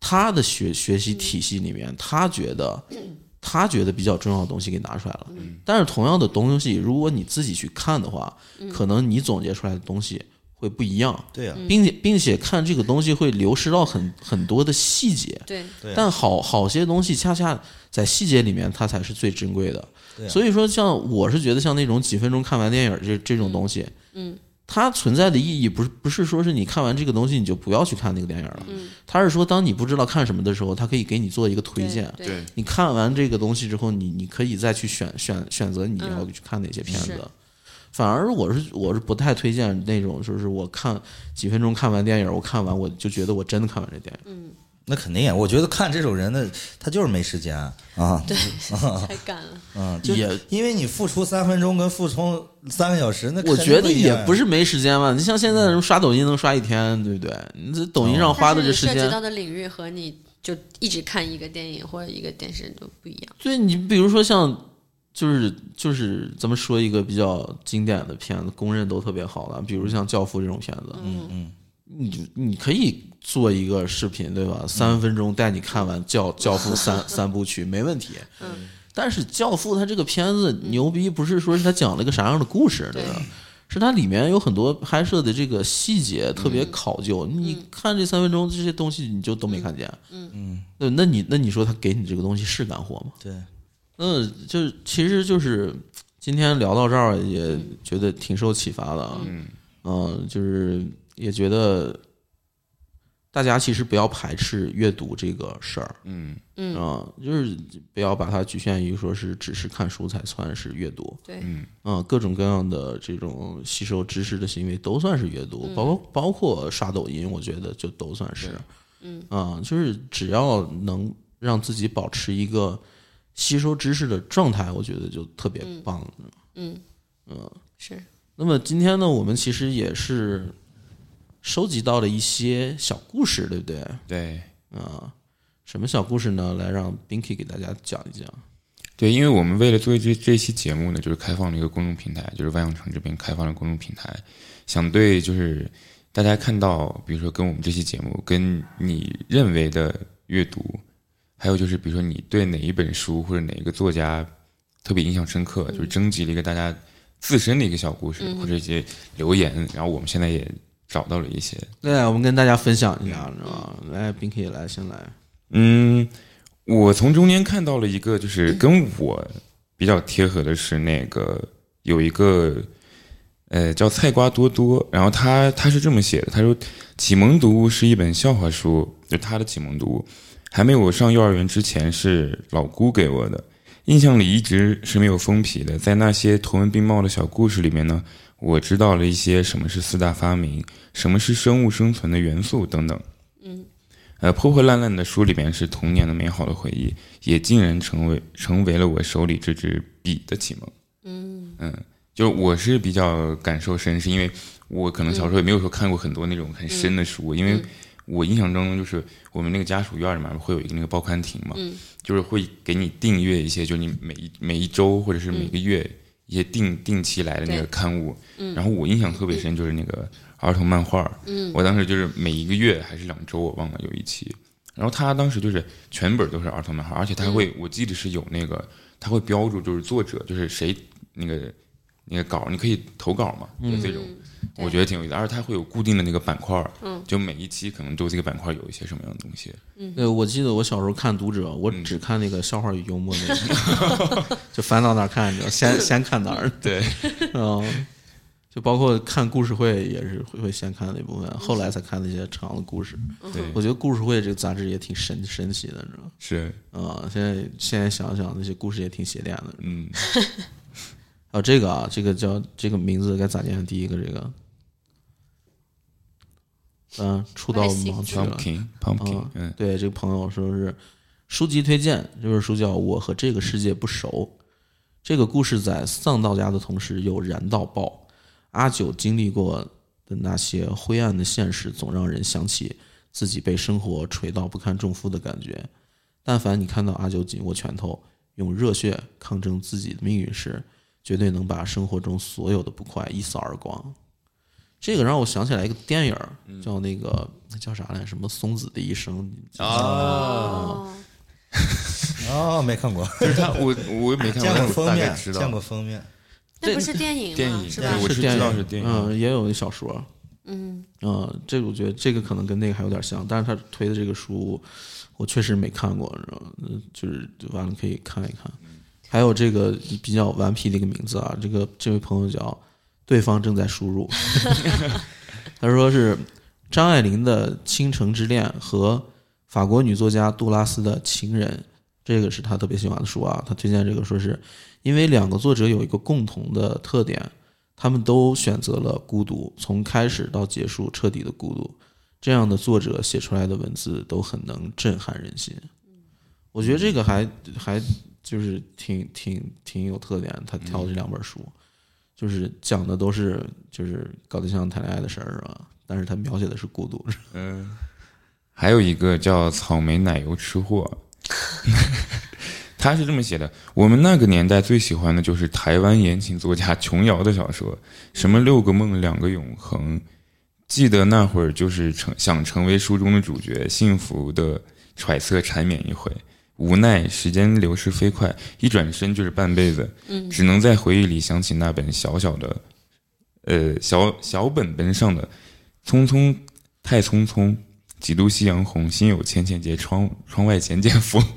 [SPEAKER 1] 他的学学习体系里面，他觉得
[SPEAKER 4] 嗯
[SPEAKER 1] 他觉得比较重要的东西给拿出来了。但是同样的东西，如果你自己去看的话，
[SPEAKER 4] 嗯
[SPEAKER 1] 可能你总结出来的东西会不一样。
[SPEAKER 3] 对呀、
[SPEAKER 1] 并且并且看这个东西会流失到很很多的细节，
[SPEAKER 4] 对，
[SPEAKER 3] 对呀、
[SPEAKER 1] 但好好些东西恰恰在细节里面，它才是最珍贵的。
[SPEAKER 3] 对啊
[SPEAKER 1] 所以说，像我是觉得像那种几分钟看完电影这这种东西，嗯，它存在的意义不是不是说是你看完这个东西你就不要去看那个电影了，嗯，它是说当你不知道看什么的时候，它可以给你做一个推荐。
[SPEAKER 4] 对
[SPEAKER 2] 对，
[SPEAKER 1] 你看完这个东西之后，你你可以再去选选选择你要去看哪些片子。
[SPEAKER 4] 是
[SPEAKER 1] 反而我是我是不太推荐那种，就是我看几分钟看完电影，我看完我就觉得我真的看完这电影。
[SPEAKER 3] 那肯定呀，我觉得看这种人的他就是没时间啊，
[SPEAKER 4] 对，太赶了。
[SPEAKER 3] 嗯，就
[SPEAKER 1] 也
[SPEAKER 3] 因为你付出三分钟跟付出三个小时，那
[SPEAKER 1] 我
[SPEAKER 3] 肯定
[SPEAKER 1] 觉得
[SPEAKER 3] 一
[SPEAKER 1] 也
[SPEAKER 3] 样呀
[SPEAKER 1] 不是没时间吧，你像现在人刷抖音能刷一天，对不对？你这抖音上花的这时
[SPEAKER 4] 哦但是你涉
[SPEAKER 1] 间
[SPEAKER 4] 及，到的领域和你就一直看一个电影或者一个电视都不一样。
[SPEAKER 1] 对你比如说像就是就是咱们说一个比较经典的片子，公认都特别好的，比如像《教父》这种片子，嗯嗯，你你可以做一个视频对吧？三分钟带你看完《 教教父三》三部曲没问题，嗯。但是《教父》它这个片子牛逼，不是说是它讲了一个啥样的故事，对吧？是它里面有很多拍摄的这个细节特别考究，你看这三分钟这些东西你就都没看见，嗯嗯，那那你那你说他给你这个东西是干货吗？
[SPEAKER 3] 对，
[SPEAKER 1] 那嗯就是其实就是今天聊到这儿，也觉得挺受启发的啊。嗯，就是也觉得大家其实不要排斥阅读这个事儿。
[SPEAKER 2] 嗯
[SPEAKER 1] 嗯啊，就是不要把它局限于说是只是看书才算是阅读。
[SPEAKER 4] 对，
[SPEAKER 2] 嗯
[SPEAKER 1] 啊，各种各样的这种吸收知识的行为都算是阅读，包括包括刷抖音，我觉得就都算是，嗯啊，就是只要能让自己保持一个吸收知识的状态，我觉得就特别棒了。
[SPEAKER 4] 嗯是
[SPEAKER 1] 那么今天呢，我们其实也是收集到了一些小故事，对不对？
[SPEAKER 2] 对。
[SPEAKER 1] 啊，什么小故事呢？来让 Binky 给大家讲一讲。
[SPEAKER 2] 对，因为我们为了做这这期节目呢，就是开放了一个公众平台，就是万象城这边开放了公众平台，想对就是大家看到，比如说跟我们这期节目，跟你认为的阅读，还有就是比如说你对哪一本书或者哪一个作家特别印象深刻，就是征集了一个大家自身的一个小故事、或者一些留言，然后我们现在也找到了一些，
[SPEAKER 1] 对，啊我们跟大家分享一下，知道吗？来，Binky 来，先来。
[SPEAKER 2] 嗯，我从中间看到了一个，就是跟我比较贴合的是那个有一个呃叫菜瓜多多，然后他他是这么写的，他说《启蒙读物》是一本笑话书，就他的《启蒙读物》，还没有上幼儿园之前是老姑给我的，印象里一直是没有封皮的。在那些图文并茂的小故事里面呢，我知道了一些什么是四大发明，什么是生物生存的元素等等。呃，破破烂烂的书里面是童年的美好的回忆，也竟然成为成为了我手里这支笔的启蒙。嗯就是我是比较感受深，是因为我可能小时候也没有说看过很多那种很深的书，因为我印象中就是我们那个家属院里面会有一个那个报刊亭嘛，就是会给你订阅一些，就是你每一每一周或者是每个月。一些定定期来的那个
[SPEAKER 4] 对
[SPEAKER 2] 刊物，然后我印象特别深，就是那个儿童漫画，嗯，我当时就是每一个月还是两周，我忘了有一期，然后他当时就是全本都是儿童漫画，而且他会，我记得是有那个，他会标注就是作者，就是谁那个那个稿，你可以投稿嘛，就这种，我觉得挺有意思，而且他会有固定的那个板块，嗯，就每一期可能都这个板块有一些什么样的东西，
[SPEAKER 1] 对，呃我记得我小时候看《读者》，我
[SPEAKER 2] 嗯
[SPEAKER 1] 只看那个笑话与幽默那个， 就翻到哪儿看，先先看哪儿。
[SPEAKER 2] 对，
[SPEAKER 1] 嗯，就包括看故事会也是会会先看那部分，后来才看那些长的故事。
[SPEAKER 2] 对
[SPEAKER 1] 我觉得故事会这个杂志也挺神神奇的，你知道吗？
[SPEAKER 2] 是，
[SPEAKER 1] 啊、现在现在想想那些故事也挺邪典的。
[SPEAKER 2] 嗯，
[SPEAKER 1] 还有这个啊，这个叫这个名字该咋念？第一个这个，嗯、触到
[SPEAKER 4] 外星
[SPEAKER 1] 盲区了。
[SPEAKER 2] pumpkin pumpkin，
[SPEAKER 1] 啊
[SPEAKER 2] 嗯，
[SPEAKER 1] 对，这个朋友说是书籍推荐，这本书叫《我和这个世界不熟》。这个故事在丧到家的同时又燃到爆。阿九经历过的那些灰暗的现实，总让人想起自己被生活锤到不堪重负的感觉。但凡你看到阿九紧握拳头，用热血抗争自己的命运时，绝对能把生活中所有的不快一扫而光。这个让我想起来一个电影儿，
[SPEAKER 2] 嗯
[SPEAKER 1] 叫那个叫啥来？什么松子的一生
[SPEAKER 2] 啊，
[SPEAKER 3] 哦，没看过，
[SPEAKER 2] 就是他，我我也没看
[SPEAKER 3] 见过
[SPEAKER 2] 但我
[SPEAKER 3] 封
[SPEAKER 2] 大概
[SPEAKER 3] 面，
[SPEAKER 2] 知
[SPEAKER 3] 见
[SPEAKER 2] 道
[SPEAKER 3] 过封面。
[SPEAKER 1] 这
[SPEAKER 4] 那不是电影吗？
[SPEAKER 2] 电影
[SPEAKER 4] 是吧
[SPEAKER 2] 对？我
[SPEAKER 1] 是
[SPEAKER 2] 是
[SPEAKER 1] 电
[SPEAKER 2] 知道
[SPEAKER 1] 影
[SPEAKER 2] 是电影
[SPEAKER 1] 嗯，也有小说，
[SPEAKER 4] 嗯，
[SPEAKER 1] 啊、这个我觉得这个可能跟那个还有点像，但是他推的这个书，我确实没看过，然后呃就是就完了可以看一看。还有这个比较顽皮的一个名字啊，这个这位朋友叫对方正在输入，他说是张爱玲的《倾城之恋》和法国女作家杜拉斯的《情人》，这个是他特别喜欢的书啊。他推荐这个说是因为两个作者有一个共同的特点，他们都选择了孤独，从开始到结束彻底的孤独。这样的作者写出来的文字都很能震撼人心。我觉得这个还还就是挺挺挺有特点，他挑的这两本书，就是讲的都是就是搞对象谈恋爱的事儿啊，但是他描写的是孤独。
[SPEAKER 2] 嗯，还有一个叫草莓奶油吃货，他是这么写的：我们那个年代最喜欢的就是台湾言情作家琼瑶的小说，什么六个梦，两个永恒。记得那会儿就是成想成为书中的主角，幸福的揣测缠绵一回，无奈时间流逝飞快，一转身就是半辈子，
[SPEAKER 4] 嗯
[SPEAKER 2] 只能在回忆里想起那本小小的，呃小小本本上的《匆匆太匆匆》，几度夕阳红，心有千千结，窗窗外渐渐风。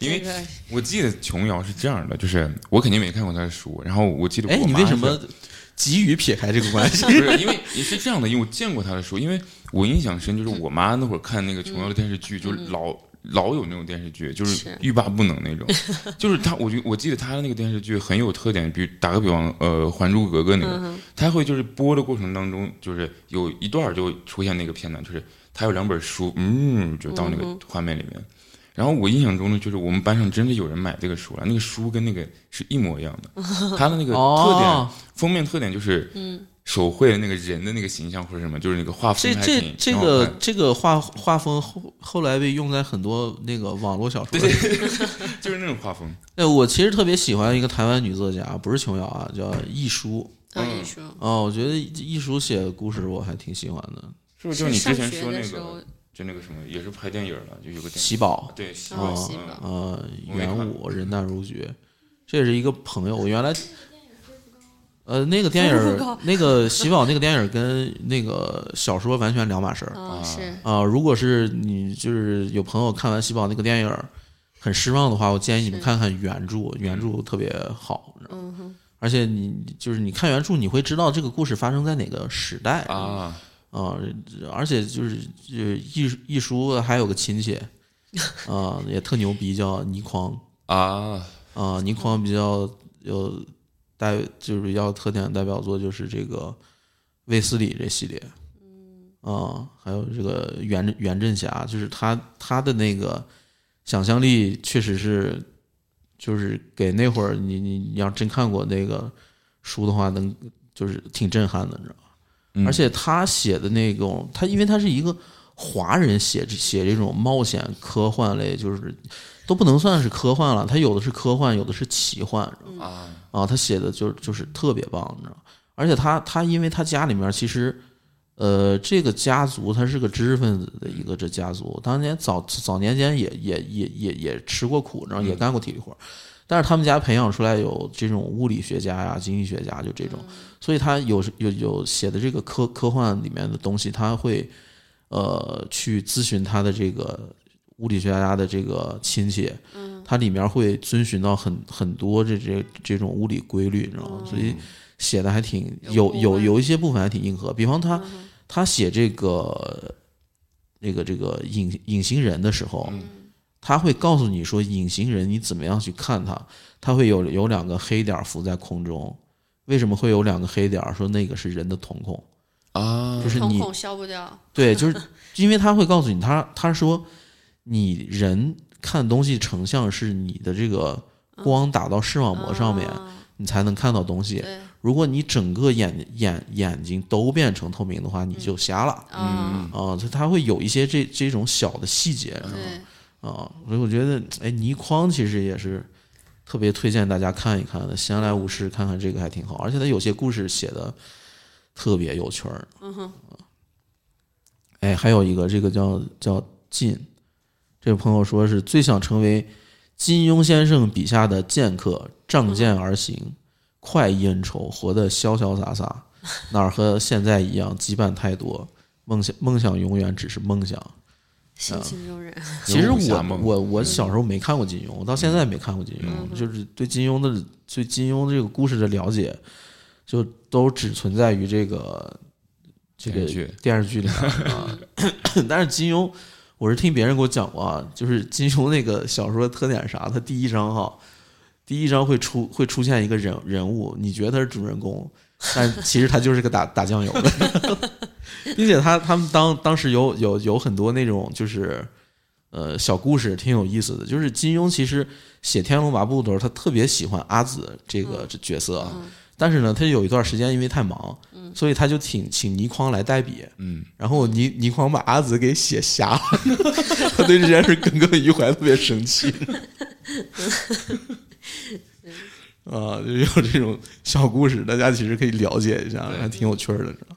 [SPEAKER 2] 因为
[SPEAKER 4] 这个啊
[SPEAKER 2] 我记得琼瑶是这样的，就是我肯定没看过她的书，然后我记得
[SPEAKER 1] 哎，
[SPEAKER 2] 我
[SPEAKER 1] 你
[SPEAKER 2] 妈
[SPEAKER 1] 为什
[SPEAKER 2] 是
[SPEAKER 1] 么急于撇开这个关 系？
[SPEAKER 2] 不是因为也是这样的，因为我见过他的书，因为我印象深，就是我妈那会儿看那个琼瑶的电视剧，就是老、老有那种电视剧，嗯就是
[SPEAKER 4] 是
[SPEAKER 2] 欲罢不能那 种。就是他，我就我记得他的那个电视剧很有特点，比如打个比方，呃，《还珠格格》那个，他会就是播的过程当中，就是有一段儿就会出现那个片段，就是他有两本书，嗯，就到那个画面里面。然后我印象中呢，就是我们班上真的有人买这个书了，那个书跟那个是一模一样 的。它的那个特点，
[SPEAKER 1] 哦
[SPEAKER 2] 封面特点就是，嗯，手绘的那个人的那个形象或者什么，就是那个画风
[SPEAKER 1] 这
[SPEAKER 2] 还
[SPEAKER 1] 这
[SPEAKER 2] 挺
[SPEAKER 1] 这
[SPEAKER 2] 挺好
[SPEAKER 1] 个
[SPEAKER 2] 看
[SPEAKER 1] 这个画画风后后来被用在很多那个网络小说里。
[SPEAKER 2] 就是那种画风，
[SPEAKER 1] 哎，我其实特别喜欢一个台湾女作家，不是琼瑶啊，叫易舒。
[SPEAKER 4] 啊，艺术
[SPEAKER 1] 哦，我觉得易舒写的故事我还挺喜欢的，
[SPEAKER 2] 是不是？就是你之
[SPEAKER 4] 上
[SPEAKER 2] 前
[SPEAKER 4] 学
[SPEAKER 2] 说那
[SPEAKER 4] 的时候
[SPEAKER 2] 个，，就那个什么，也是拍电影了，就有个电
[SPEAKER 1] 喜
[SPEAKER 2] 影，
[SPEAKER 1] 宝，
[SPEAKER 2] 对，喜
[SPEAKER 4] 哦
[SPEAKER 2] 宝，
[SPEAKER 4] 喜
[SPEAKER 2] 嗯
[SPEAKER 4] 宝
[SPEAKER 1] 呃，
[SPEAKER 2] 我没
[SPEAKER 1] 元
[SPEAKER 2] 看
[SPEAKER 1] 武人淡如菊，这是一个朋友，我原来。呃，那个电影
[SPEAKER 4] 不高，
[SPEAKER 1] 那个喜宝，那个电影跟那个小说完全两码事儿。
[SPEAKER 4] 哦，是
[SPEAKER 1] 啊、如果是你就是有朋友看完《喜宝》那个电影儿很失望的话，我建议你们看看原著，原著特别好。
[SPEAKER 4] 嗯哼，
[SPEAKER 1] 而且你就是你看原著，你会知道这个故事发生在哪个时代啊、
[SPEAKER 2] 啊，
[SPEAKER 1] 而且就是就是一一叔还有个亲戚啊、也特牛逼，叫倪匡
[SPEAKER 2] 啊，
[SPEAKER 1] 啊、倪匡比较有代就是比较有特点的代表作就是这个《卫斯理》这系列，啊、还有这个袁袁振霞，就是他他的那个想象力确实是，就是给那会儿你你你要真看过那个书的话，能就是挺震撼的，你知道吗？
[SPEAKER 2] 嗯
[SPEAKER 1] 而且他写的那种，他因为他是一个华人写这写这种冒险科幻类，就是都不能算是科幻了，他有的是科幻，有的是奇幻，你知道吗
[SPEAKER 2] 啊，
[SPEAKER 1] 啊，他写的就就是特别棒，你知道吗。而且他他因为他家里面其实，呃，这个家族他是个知识分子的一个这家族，当年早早年间也也也也也吃过苦，然后也干过体力活儿，但是他们家培养出来有这种物理学家呀、经济学家就这种，所以他有有有写的这个科科幻里面的东西，他会呃去咨询他的这个物理学家的这个亲戚，
[SPEAKER 4] 嗯
[SPEAKER 1] 它里面会遵循到很很多这这这种物理规律，你知道吗？所以写的还挺有
[SPEAKER 4] 嗯
[SPEAKER 1] 有
[SPEAKER 4] 有部分嗯
[SPEAKER 1] 有一些部分还挺硬核，比方他他写这个这个这个隐隐形人的时候，
[SPEAKER 4] 嗯
[SPEAKER 1] 他会告诉你说隐形人你怎么样去看它，它会有有两个黑点儿浮在空中。为什么会有两个黑点儿？说那个是人的瞳孔，
[SPEAKER 2] 啊，
[SPEAKER 1] 就是
[SPEAKER 4] 瞳
[SPEAKER 1] 你
[SPEAKER 4] 孔消不掉，
[SPEAKER 1] 对， 就是因为他会告诉你，他他说你人看东西成像是你的这个光打到视网膜上面，
[SPEAKER 4] 啊
[SPEAKER 1] 你才能看到东西。
[SPEAKER 4] 对，
[SPEAKER 1] 如果你整个眼眼眼睛都变成透明的话，你
[SPEAKER 4] 嗯
[SPEAKER 1] 就瞎了
[SPEAKER 4] 啊，
[SPEAKER 1] 啊！他、他会有一些这这种小的细节，你知道吗
[SPEAKER 4] 对，
[SPEAKER 1] 啊，所以我觉得，哎，倪匡其实也是特别推荐大家看一看的，闲来无事看看这个还挺好，而且它有些故事写的特别有趣儿。嗯哼，哎，还有一个这个叫叫晋，这位朋友说是最想成为金庸先生笔下的剑客，仗剑而行，快意恩仇，活得潇潇洒洒，哪儿和现在一样羁绊太多，梦想梦想永远只是梦想。
[SPEAKER 4] 性情中人，
[SPEAKER 1] 其实
[SPEAKER 2] 有武侠
[SPEAKER 1] 我
[SPEAKER 2] 梦嗯
[SPEAKER 1] 我我小时候没看过金庸，我到现在没看过金庸，就是对金庸的对金庸这个故事的了解，就都只存在于这个这个
[SPEAKER 2] 电视剧
[SPEAKER 1] 电视剧里面 啊。但是金庸，我是听别人给我讲过啊，就是金庸那个小说的特点是啥？他第一章哈，第一章会出会出现一个人人物，你觉得他是主人公，但其实他就是个打 打酱油的， 并且他他们当当时有有有很多那种就是呃小故事，挺有意思的。就是金庸其实写《天龙八部》的时候，他特别喜欢阿紫这
[SPEAKER 2] 嗯
[SPEAKER 1] 个这角色啊。但是呢，他有一段时间因为太忙，所以他就请请倪匡来代笔。
[SPEAKER 2] 嗯，
[SPEAKER 1] 然后倪倪匡把阿紫给写瞎了， 他对这件事耿耿于怀，特别生气。啊，就有这种小故事，大家其实可以了解一下，还挺有趣儿的。知道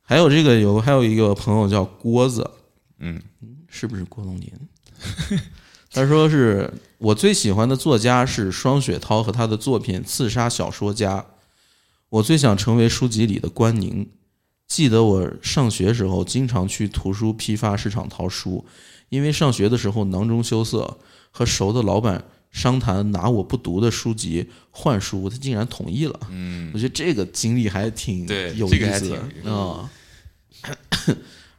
[SPEAKER 1] 还有这个有还有一个朋友叫郭子，
[SPEAKER 2] 嗯，
[SPEAKER 1] 是不是郭冬临？ 他说是我最喜欢的作家是双雪涛和他的作品《刺杀小说家》，我最想成为书籍里的关宁。记得我上学时候经常去图书批发市场淘书，因为上学的时候囊中羞涩，和熟的老板商谈拿我不读的书籍换书，他竟然同意了。嗯，我觉得这个经历还挺
[SPEAKER 2] 对
[SPEAKER 1] 有
[SPEAKER 2] 这个
[SPEAKER 1] 意
[SPEAKER 2] 还
[SPEAKER 1] 思
[SPEAKER 2] 挺
[SPEAKER 1] 的
[SPEAKER 2] 有意思
[SPEAKER 1] 啊。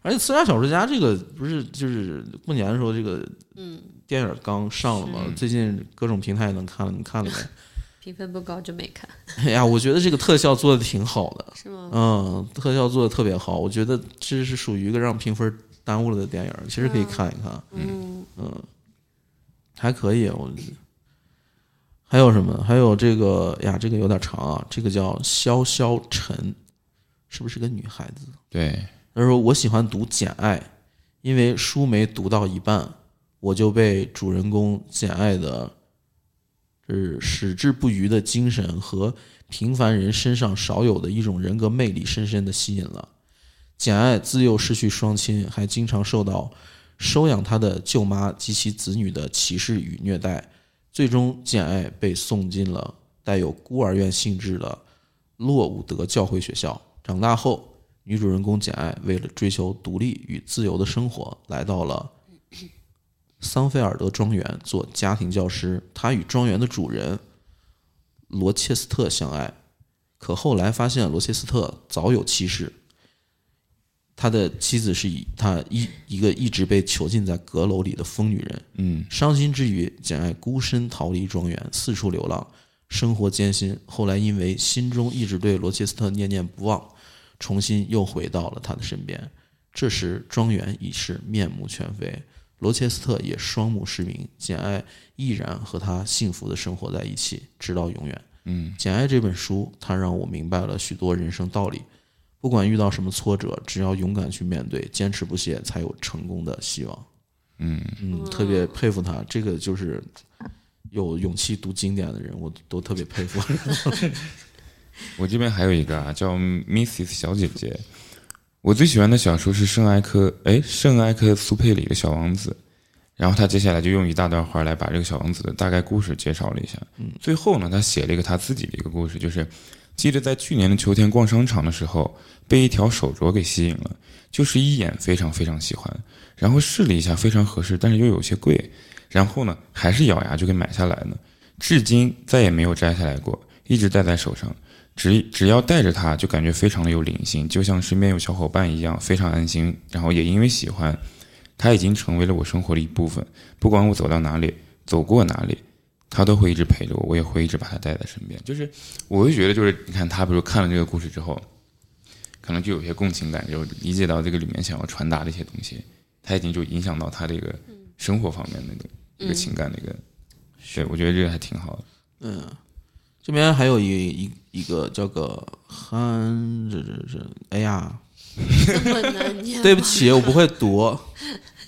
[SPEAKER 1] 而且《刺杀小说家》这个不是就是过年的时候这个
[SPEAKER 4] 嗯，
[SPEAKER 1] 电影刚上了嘛，最近各种平台也能看，你看了没？
[SPEAKER 4] 评分不高就没看，
[SPEAKER 1] 哎呀，我觉得这个特效做的挺好的，
[SPEAKER 4] 是吗？
[SPEAKER 1] 嗯，特效做的特别好，我觉得这是属于一个让评分耽误了的电影，其实可以看一看，
[SPEAKER 4] 嗯，
[SPEAKER 1] 还可以。我还有什么？还有这个呀，这个有点长啊，这个叫潇潇晨，是不是个女孩子？
[SPEAKER 2] 对，
[SPEAKER 1] 他说：“我喜欢读《简爱》，因为书没读到一半，我就被主人公简爱的，就是矢志不渝的精神和平凡人身上少有的一种人格魅力深深的吸引了。简爱自幼失去双亲，还经常受到收养她的舅妈及其子女的歧视与虐待。最终，简爱被送进了带有孤儿院性质的洛伍德教会学校。长大后，女主人公简爱为了追求独立与自由的生活，来到了桑菲尔德庄园做家庭教师。她与庄园的主人罗切斯特相爱，可后来发现罗切斯特早有妻室。他的妻子是以他一一个一直被囚禁在阁楼里的疯女人。
[SPEAKER 2] 嗯，
[SPEAKER 1] 伤心之余，简爱孤身逃离庄园，四处流浪，生活艰辛。后来因为心中一直对罗切斯特念念不忘，重新又回到了他的身边。这时，庄园已是面目全非，罗切斯特也双目失明，简爱毅然和他幸福的生活在一起，直到永远。
[SPEAKER 2] 嗯，
[SPEAKER 1] 《简爱》这本书，它让我明白了许多人生道理。不管遇到什么挫折，只要勇敢去面对，坚持不懈，才有成功的希望。
[SPEAKER 2] 嗯
[SPEAKER 1] 嗯，特别佩服他，这个就是有勇气读经典的人，我都特别佩服。
[SPEAKER 2] 我这边还有一个啊，叫 Mrs 小姐姐。我最喜欢的小说是圣埃克，哎，圣埃克苏佩里的小王子。然后他接下来就用一大段话来把这个小王子的大概故事介绍了一下。最后呢，他写了一个他自己的一个故事，就是记得在去年的秋天逛商场的时候，被一条手镯给吸引了，就是一眼非常非常喜欢，然后试了一下非常合适，但是又有些贵，然后呢，还是咬牙就给买下来了，至今再也没有摘下来过，一直戴在手上。只只要带着它，就感觉非常的有灵性，就像身边有小伙伴一样，非常安心。然后也因为喜欢，它已经成为了我生活的一部分。不管我走到哪里，走过哪里，它都会一直陪着我，我也会一直把它带在身边。就是，我会觉得，就是你看他，比如看了这个故事之后，可能就有些共情感，就理解到这个里面想要传达的一些东西，他已经就影响到他这个生活方面的那个一个情感的一个。对，我觉得这个还挺好的。
[SPEAKER 1] 这边还有一一一个叫个憨，这这这，哎呀，，
[SPEAKER 4] 这么难念
[SPEAKER 1] 对不呃起，我不会读。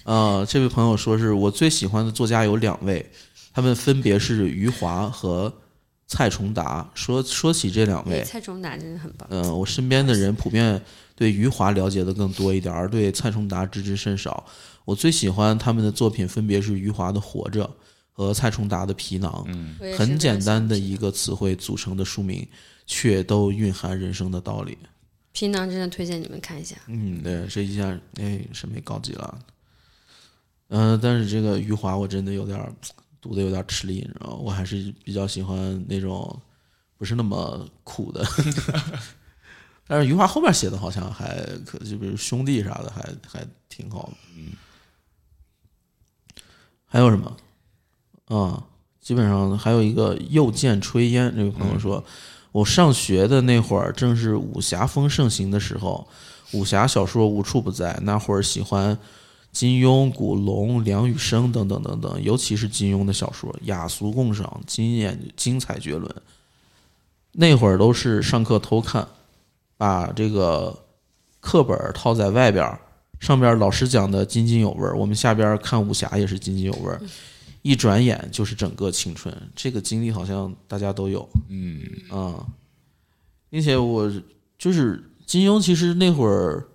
[SPEAKER 1] 啊、这位朋友说是我最喜欢的作家有两位，他们分别是余华和蔡崇达。说说起这两位，
[SPEAKER 4] 蔡崇达真的很棒。
[SPEAKER 1] 嗯，我身边的人普遍对余华了解的更多一点，而对蔡崇达知之甚少。我最喜欢他们的作品分别是余华的《活着》和蔡崇达的《皮囊》，
[SPEAKER 4] 我也
[SPEAKER 1] 嗯
[SPEAKER 4] 是非
[SPEAKER 1] 很
[SPEAKER 4] 常
[SPEAKER 1] 简单的
[SPEAKER 4] 喜欢
[SPEAKER 1] 一个词汇组成的书名，却都蕴含人生的道理。
[SPEAKER 4] 皮囊，真的推荐你们看一下。
[SPEAKER 1] 嗯，对，这一下哎，审美高级了。嗯、但是这个余华我真的有点儿读的有点儿吃力，你知道吗？我还是比较喜欢那种不是那么苦的。 但是余华后面写的好像还可，就比如兄弟啥的还还挺好的。嗯，还有什么？啊，基本上还有一个又见炊烟这位朋友说，我上学的那会儿正是武侠风盛行的时候，武侠小说无处不在。那会儿喜欢金庸、古龙、梁羽生等等等等，尤其是金庸的小说，雅俗共赏，经验精彩绝伦。那会儿都是上课偷看，把这个课本儿套在外边儿，上边儿老师讲的津津有味儿，我们下边儿看武侠也是津津有味儿。一转眼就是整个青春，这个经历好像大家都有。
[SPEAKER 2] 嗯，
[SPEAKER 1] 啊，并且我就是金庸，其实那会儿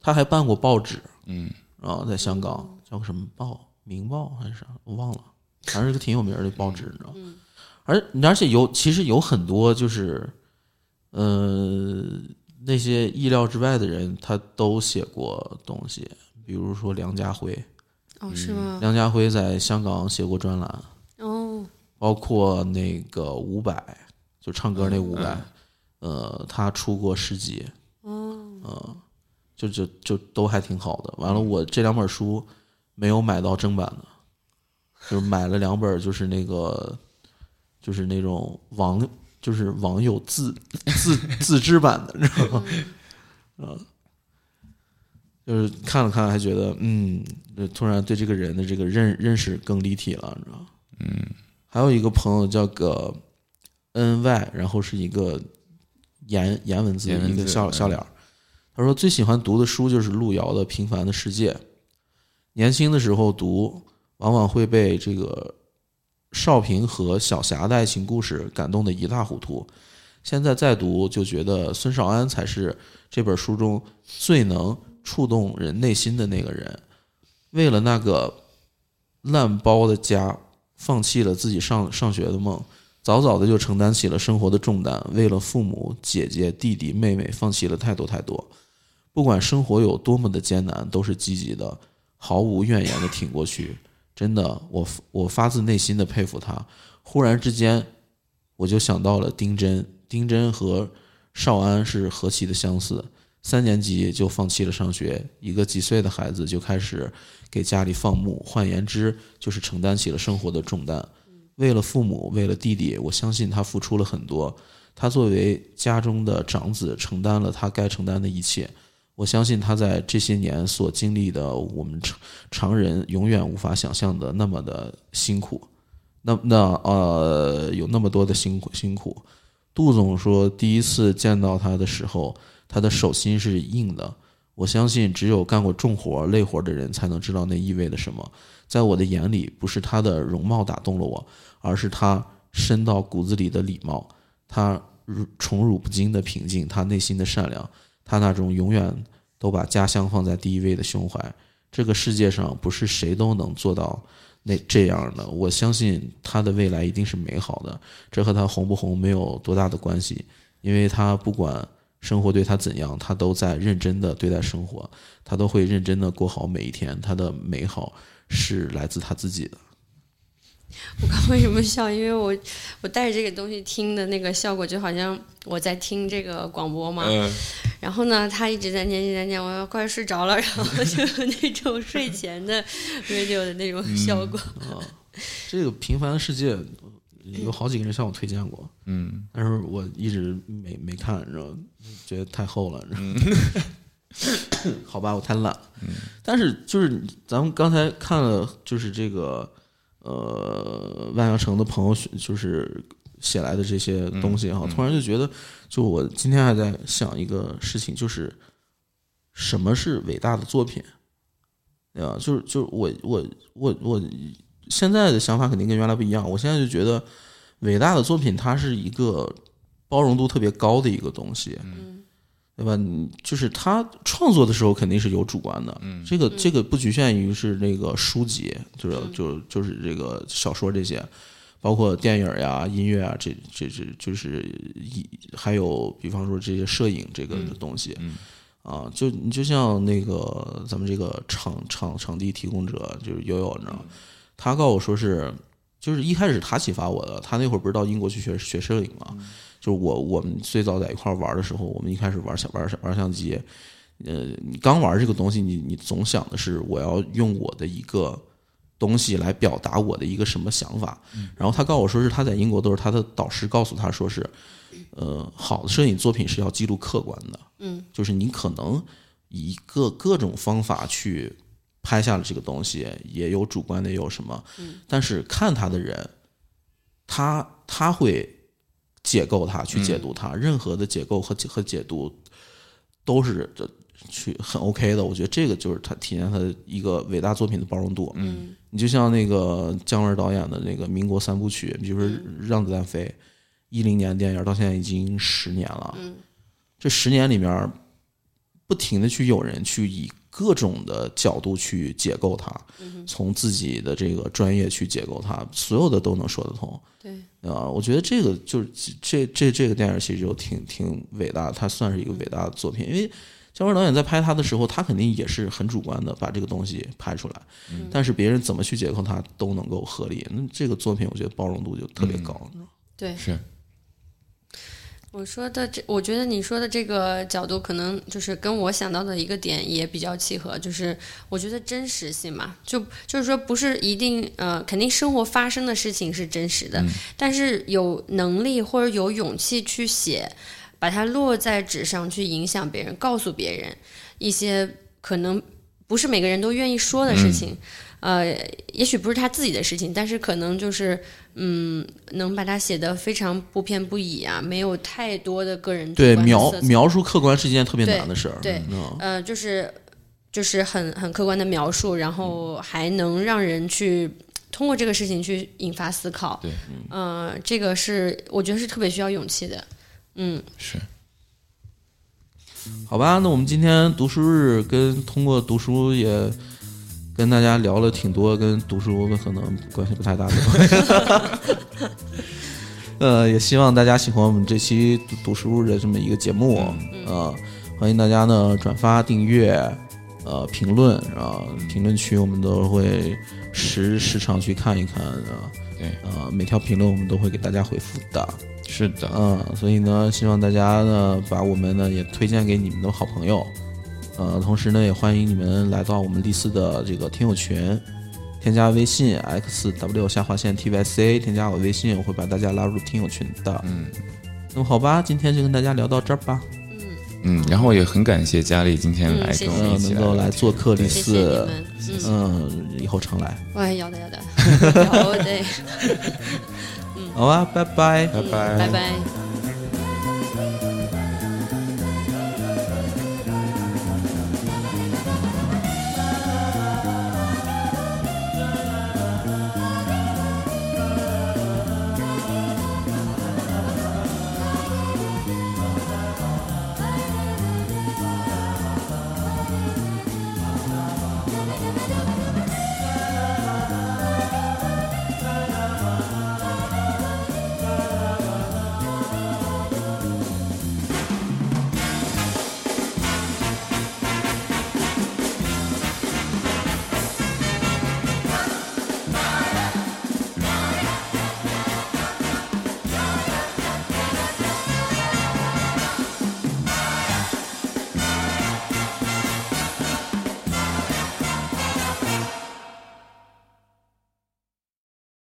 [SPEAKER 1] 他还办过报纸，
[SPEAKER 2] 嗯，
[SPEAKER 1] 啊，在香港叫个什么报，《明报》还是啥，我忘了，反正是个挺有名儿的报纸，你知道。而而且有，其实有很多就是，呃，那些意料之外的人，他都写过东西，比如说梁家辉，嗯
[SPEAKER 4] 哦，是吗？
[SPEAKER 1] 梁家辉在香港写过专栏，
[SPEAKER 4] 哦，
[SPEAKER 1] 包括那个伍佰，就唱歌那伍佰，呃，他出过诗集，哦，呃，就就就都还挺好的。完了，我这两本书没有买到正版的，就是买了两本，就是那个，就是那种网，就是网友自自自制版的，你知道吗？ 呃，就是看了看，还觉得嗯，就突然对这个人的这个认认识更立体了，你知道吗？
[SPEAKER 2] 嗯
[SPEAKER 1] 还有一个朋友叫个 N Y，然后是一个颜颜文字
[SPEAKER 2] 颜文
[SPEAKER 1] 一个
[SPEAKER 2] 字
[SPEAKER 1] 笑
[SPEAKER 2] 嗯
[SPEAKER 1] 笑脸儿。他说最喜欢读的书就是路遥的《平凡的世界》，年轻的时候读，往往会被这个少平和小霞的爱情故事感动得一塌糊涂。现在再读，就觉得孙少安才是这本书中最能触动人内心的那个人。为了那个烂包的家，放弃了自己上上学的梦，早早的就承担起了生活的重担，为了父母、姐姐、弟弟、妹妹，放弃了太多太多。不管生活有多么的艰难，都是积极的，毫无怨言的挺过去。真的，我我发自内心的佩服他。忽然之间，我就想到了丁真，丁真和少安是何其的相似。三年级就放弃了上学，一个几岁的孩子就开始给家里放牧，换言之，就是承担起了生活的重担。为了父母，为了弟弟，我相信他付出了很多。他作为家中的长子，承担了他该承担的一切。我相信他在这些年所经历的，我们常常人永远无法想象的那么的辛苦，那那呃，有那么多的辛苦辛苦。杜总说，第一次见到他的时候，他的手心是硬的。我相信，只有干过重活、累活的人才能知道那意味着什么。在我的眼里，不是他的容貌打动了我，而是他深到骨子里的礼貌，他如宠辱不惊的平静，他内心的善良，他那种永远都把家乡放在第一位的胸怀。这个世界上不是谁都能做到那这样的。我相信他的未来一定是美好的，这和他红不红没有多大的关系，因为他不管生活对他怎样，他都在认真的对待生活，他都会认真的过好每一天。他的美好是来自他自己的。
[SPEAKER 4] 我刚为什么笑？因为我我带着这个东西听的那个效果，就好像我在听这个广播嘛。
[SPEAKER 1] 嗯
[SPEAKER 2] 呃，
[SPEAKER 4] 然后呢，他一直在念，一直在念，我要快睡着了，然后就那种睡前的 radio 的那
[SPEAKER 1] 嗯
[SPEAKER 4] 种效果。
[SPEAKER 1] 这个《平凡的世界》有好几个人向我推荐过，
[SPEAKER 2] 嗯，
[SPEAKER 1] 但是我一直没没看，然后觉得太厚了，然后 好吧，我太懒。但是就是咱们刚才看了，就是这个呃万象城的朋友选就是写来的这些东西哈，突然就觉得，就我今天还在想一个事情，就是什啊么是伟大的作品。对吧？就是就是我我我我现在的想法肯定跟原来不一样。我现在就觉得，伟大的作品它是一个包容度特别高的一个东西，对吧？你就是他创作的时候肯定是有主观的，这个这个不局限于是那个书籍，就是就就是这个小说这些，包括电影呀、音乐啊，这这这就是一还有比方说这些摄影这个东西，啊，就你就像那个咱们这个场场场地提供者就是悠悠，你知道吗？他告诉我说是，就是一开始他启发我的，他那会儿不是到英国去学学摄影嘛，就是我我们最早在一块儿玩的时候，我们一开始玩相玩相玩相机，呃，你刚玩这个东西，你你总想的是我要用我的一个。东西来表达我的一个什么想法，然后他告诉我说是他在英国的时候，他的导师告诉他说是，呃，好的摄影作品是要记录客观的，
[SPEAKER 4] 嗯，
[SPEAKER 1] 就是你可能以各各种方法去拍下了这个东西，也有主观的，也有什么，但是看他的人，他他会解构它，去解读它，任何的解构和解和解读都是这去很 OK 的。我觉得这个就是他体现他的一个伟大作品的包容度。嗯，你就像那个姜文导演的那个民国三部曲，比如说《让子弹飞》，一零年的电影到现在已经十年了。嗯，这十年里面，不停的去有人去以各种的角度去解构它，
[SPEAKER 4] 嗯
[SPEAKER 1] 从自己的这个专业去解构它，所有的都能说得通。
[SPEAKER 4] 对，
[SPEAKER 1] 啊，我觉得这个就是这这这个电影其实就挺挺伟大的，它算是一个伟大的作品，因为姜文导演在拍他的时候，他肯定也是很主观的把这个东西拍出来，
[SPEAKER 4] 嗯
[SPEAKER 1] 但是别人怎么去解构它都能够合理，那这个作品我觉得包容度就特别高，你知道吗
[SPEAKER 4] 对，
[SPEAKER 2] 是
[SPEAKER 4] 我说的这，我觉得你说的这个角度，可能就是跟我想到的一个点也比较契合，就是我觉得真实性嘛，就就是说不是一定呃，肯定生活发生的事情是真实的，但是有能力或者有勇气去写，把它落在纸上去影响别人，告诉别人一些可能不是每个人都愿意说的事情，呃，也许不是他自己的事情，但是可能就是嗯，能把它写得非常不偏不倚啊，没有太多的个人主
[SPEAKER 1] 对
[SPEAKER 4] 观的
[SPEAKER 1] 描
[SPEAKER 4] 色彩
[SPEAKER 1] 描述客观是一件特别
[SPEAKER 4] 对
[SPEAKER 1] 难的事儿，嗯
[SPEAKER 4] 对
[SPEAKER 1] 你知道吗
[SPEAKER 4] 呃，就是就是很很客观的描述，然后
[SPEAKER 2] 嗯
[SPEAKER 4] 还能让人去通过这个事情去引发思考。
[SPEAKER 2] 对，
[SPEAKER 4] 嗯、呃，这个是我觉得是特别需要勇气的。嗯，
[SPEAKER 2] 是，
[SPEAKER 1] 好吧，那我们今天读书日跟通过读书也跟大家聊了挺多跟读书可能关系不太大的 东西。呃，也希望大家喜欢我们这期读读书日的这么一个节目啊、呃欢迎大家呢转发、订阅、呃评论啊、评论区我们都会时时常去看一看啊，
[SPEAKER 2] 对，
[SPEAKER 1] 呃，每条评论我们都会给大家回复的。
[SPEAKER 2] 是的，
[SPEAKER 1] 嗯，所以呢，希望大家呢把我们呢也推荐给你们的好朋友，呃，同时呢也欢迎你们来到我们丽思的这个听友群，添加微信 x w 下划线 t y c，添加我微信，我会把大家拉入听友群的。
[SPEAKER 2] 嗯
[SPEAKER 1] 那么好吧，今天就跟大家聊到这儿吧，
[SPEAKER 2] 嗯，然后也很感谢佳丽今天来
[SPEAKER 4] 嗯谢
[SPEAKER 2] 跟
[SPEAKER 4] 谢
[SPEAKER 2] 我们一
[SPEAKER 1] 嗯，
[SPEAKER 2] 起
[SPEAKER 1] 能够
[SPEAKER 2] 聊
[SPEAKER 1] 来
[SPEAKER 2] 天
[SPEAKER 1] 做客丽
[SPEAKER 4] 谢谢你
[SPEAKER 1] 思
[SPEAKER 4] 们，。嗯，
[SPEAKER 1] 嗯，以后常来，
[SPEAKER 4] 喂，要的要的， 要的，
[SPEAKER 1] 好吧，拜拜。
[SPEAKER 2] 拜拜
[SPEAKER 4] 拜拜。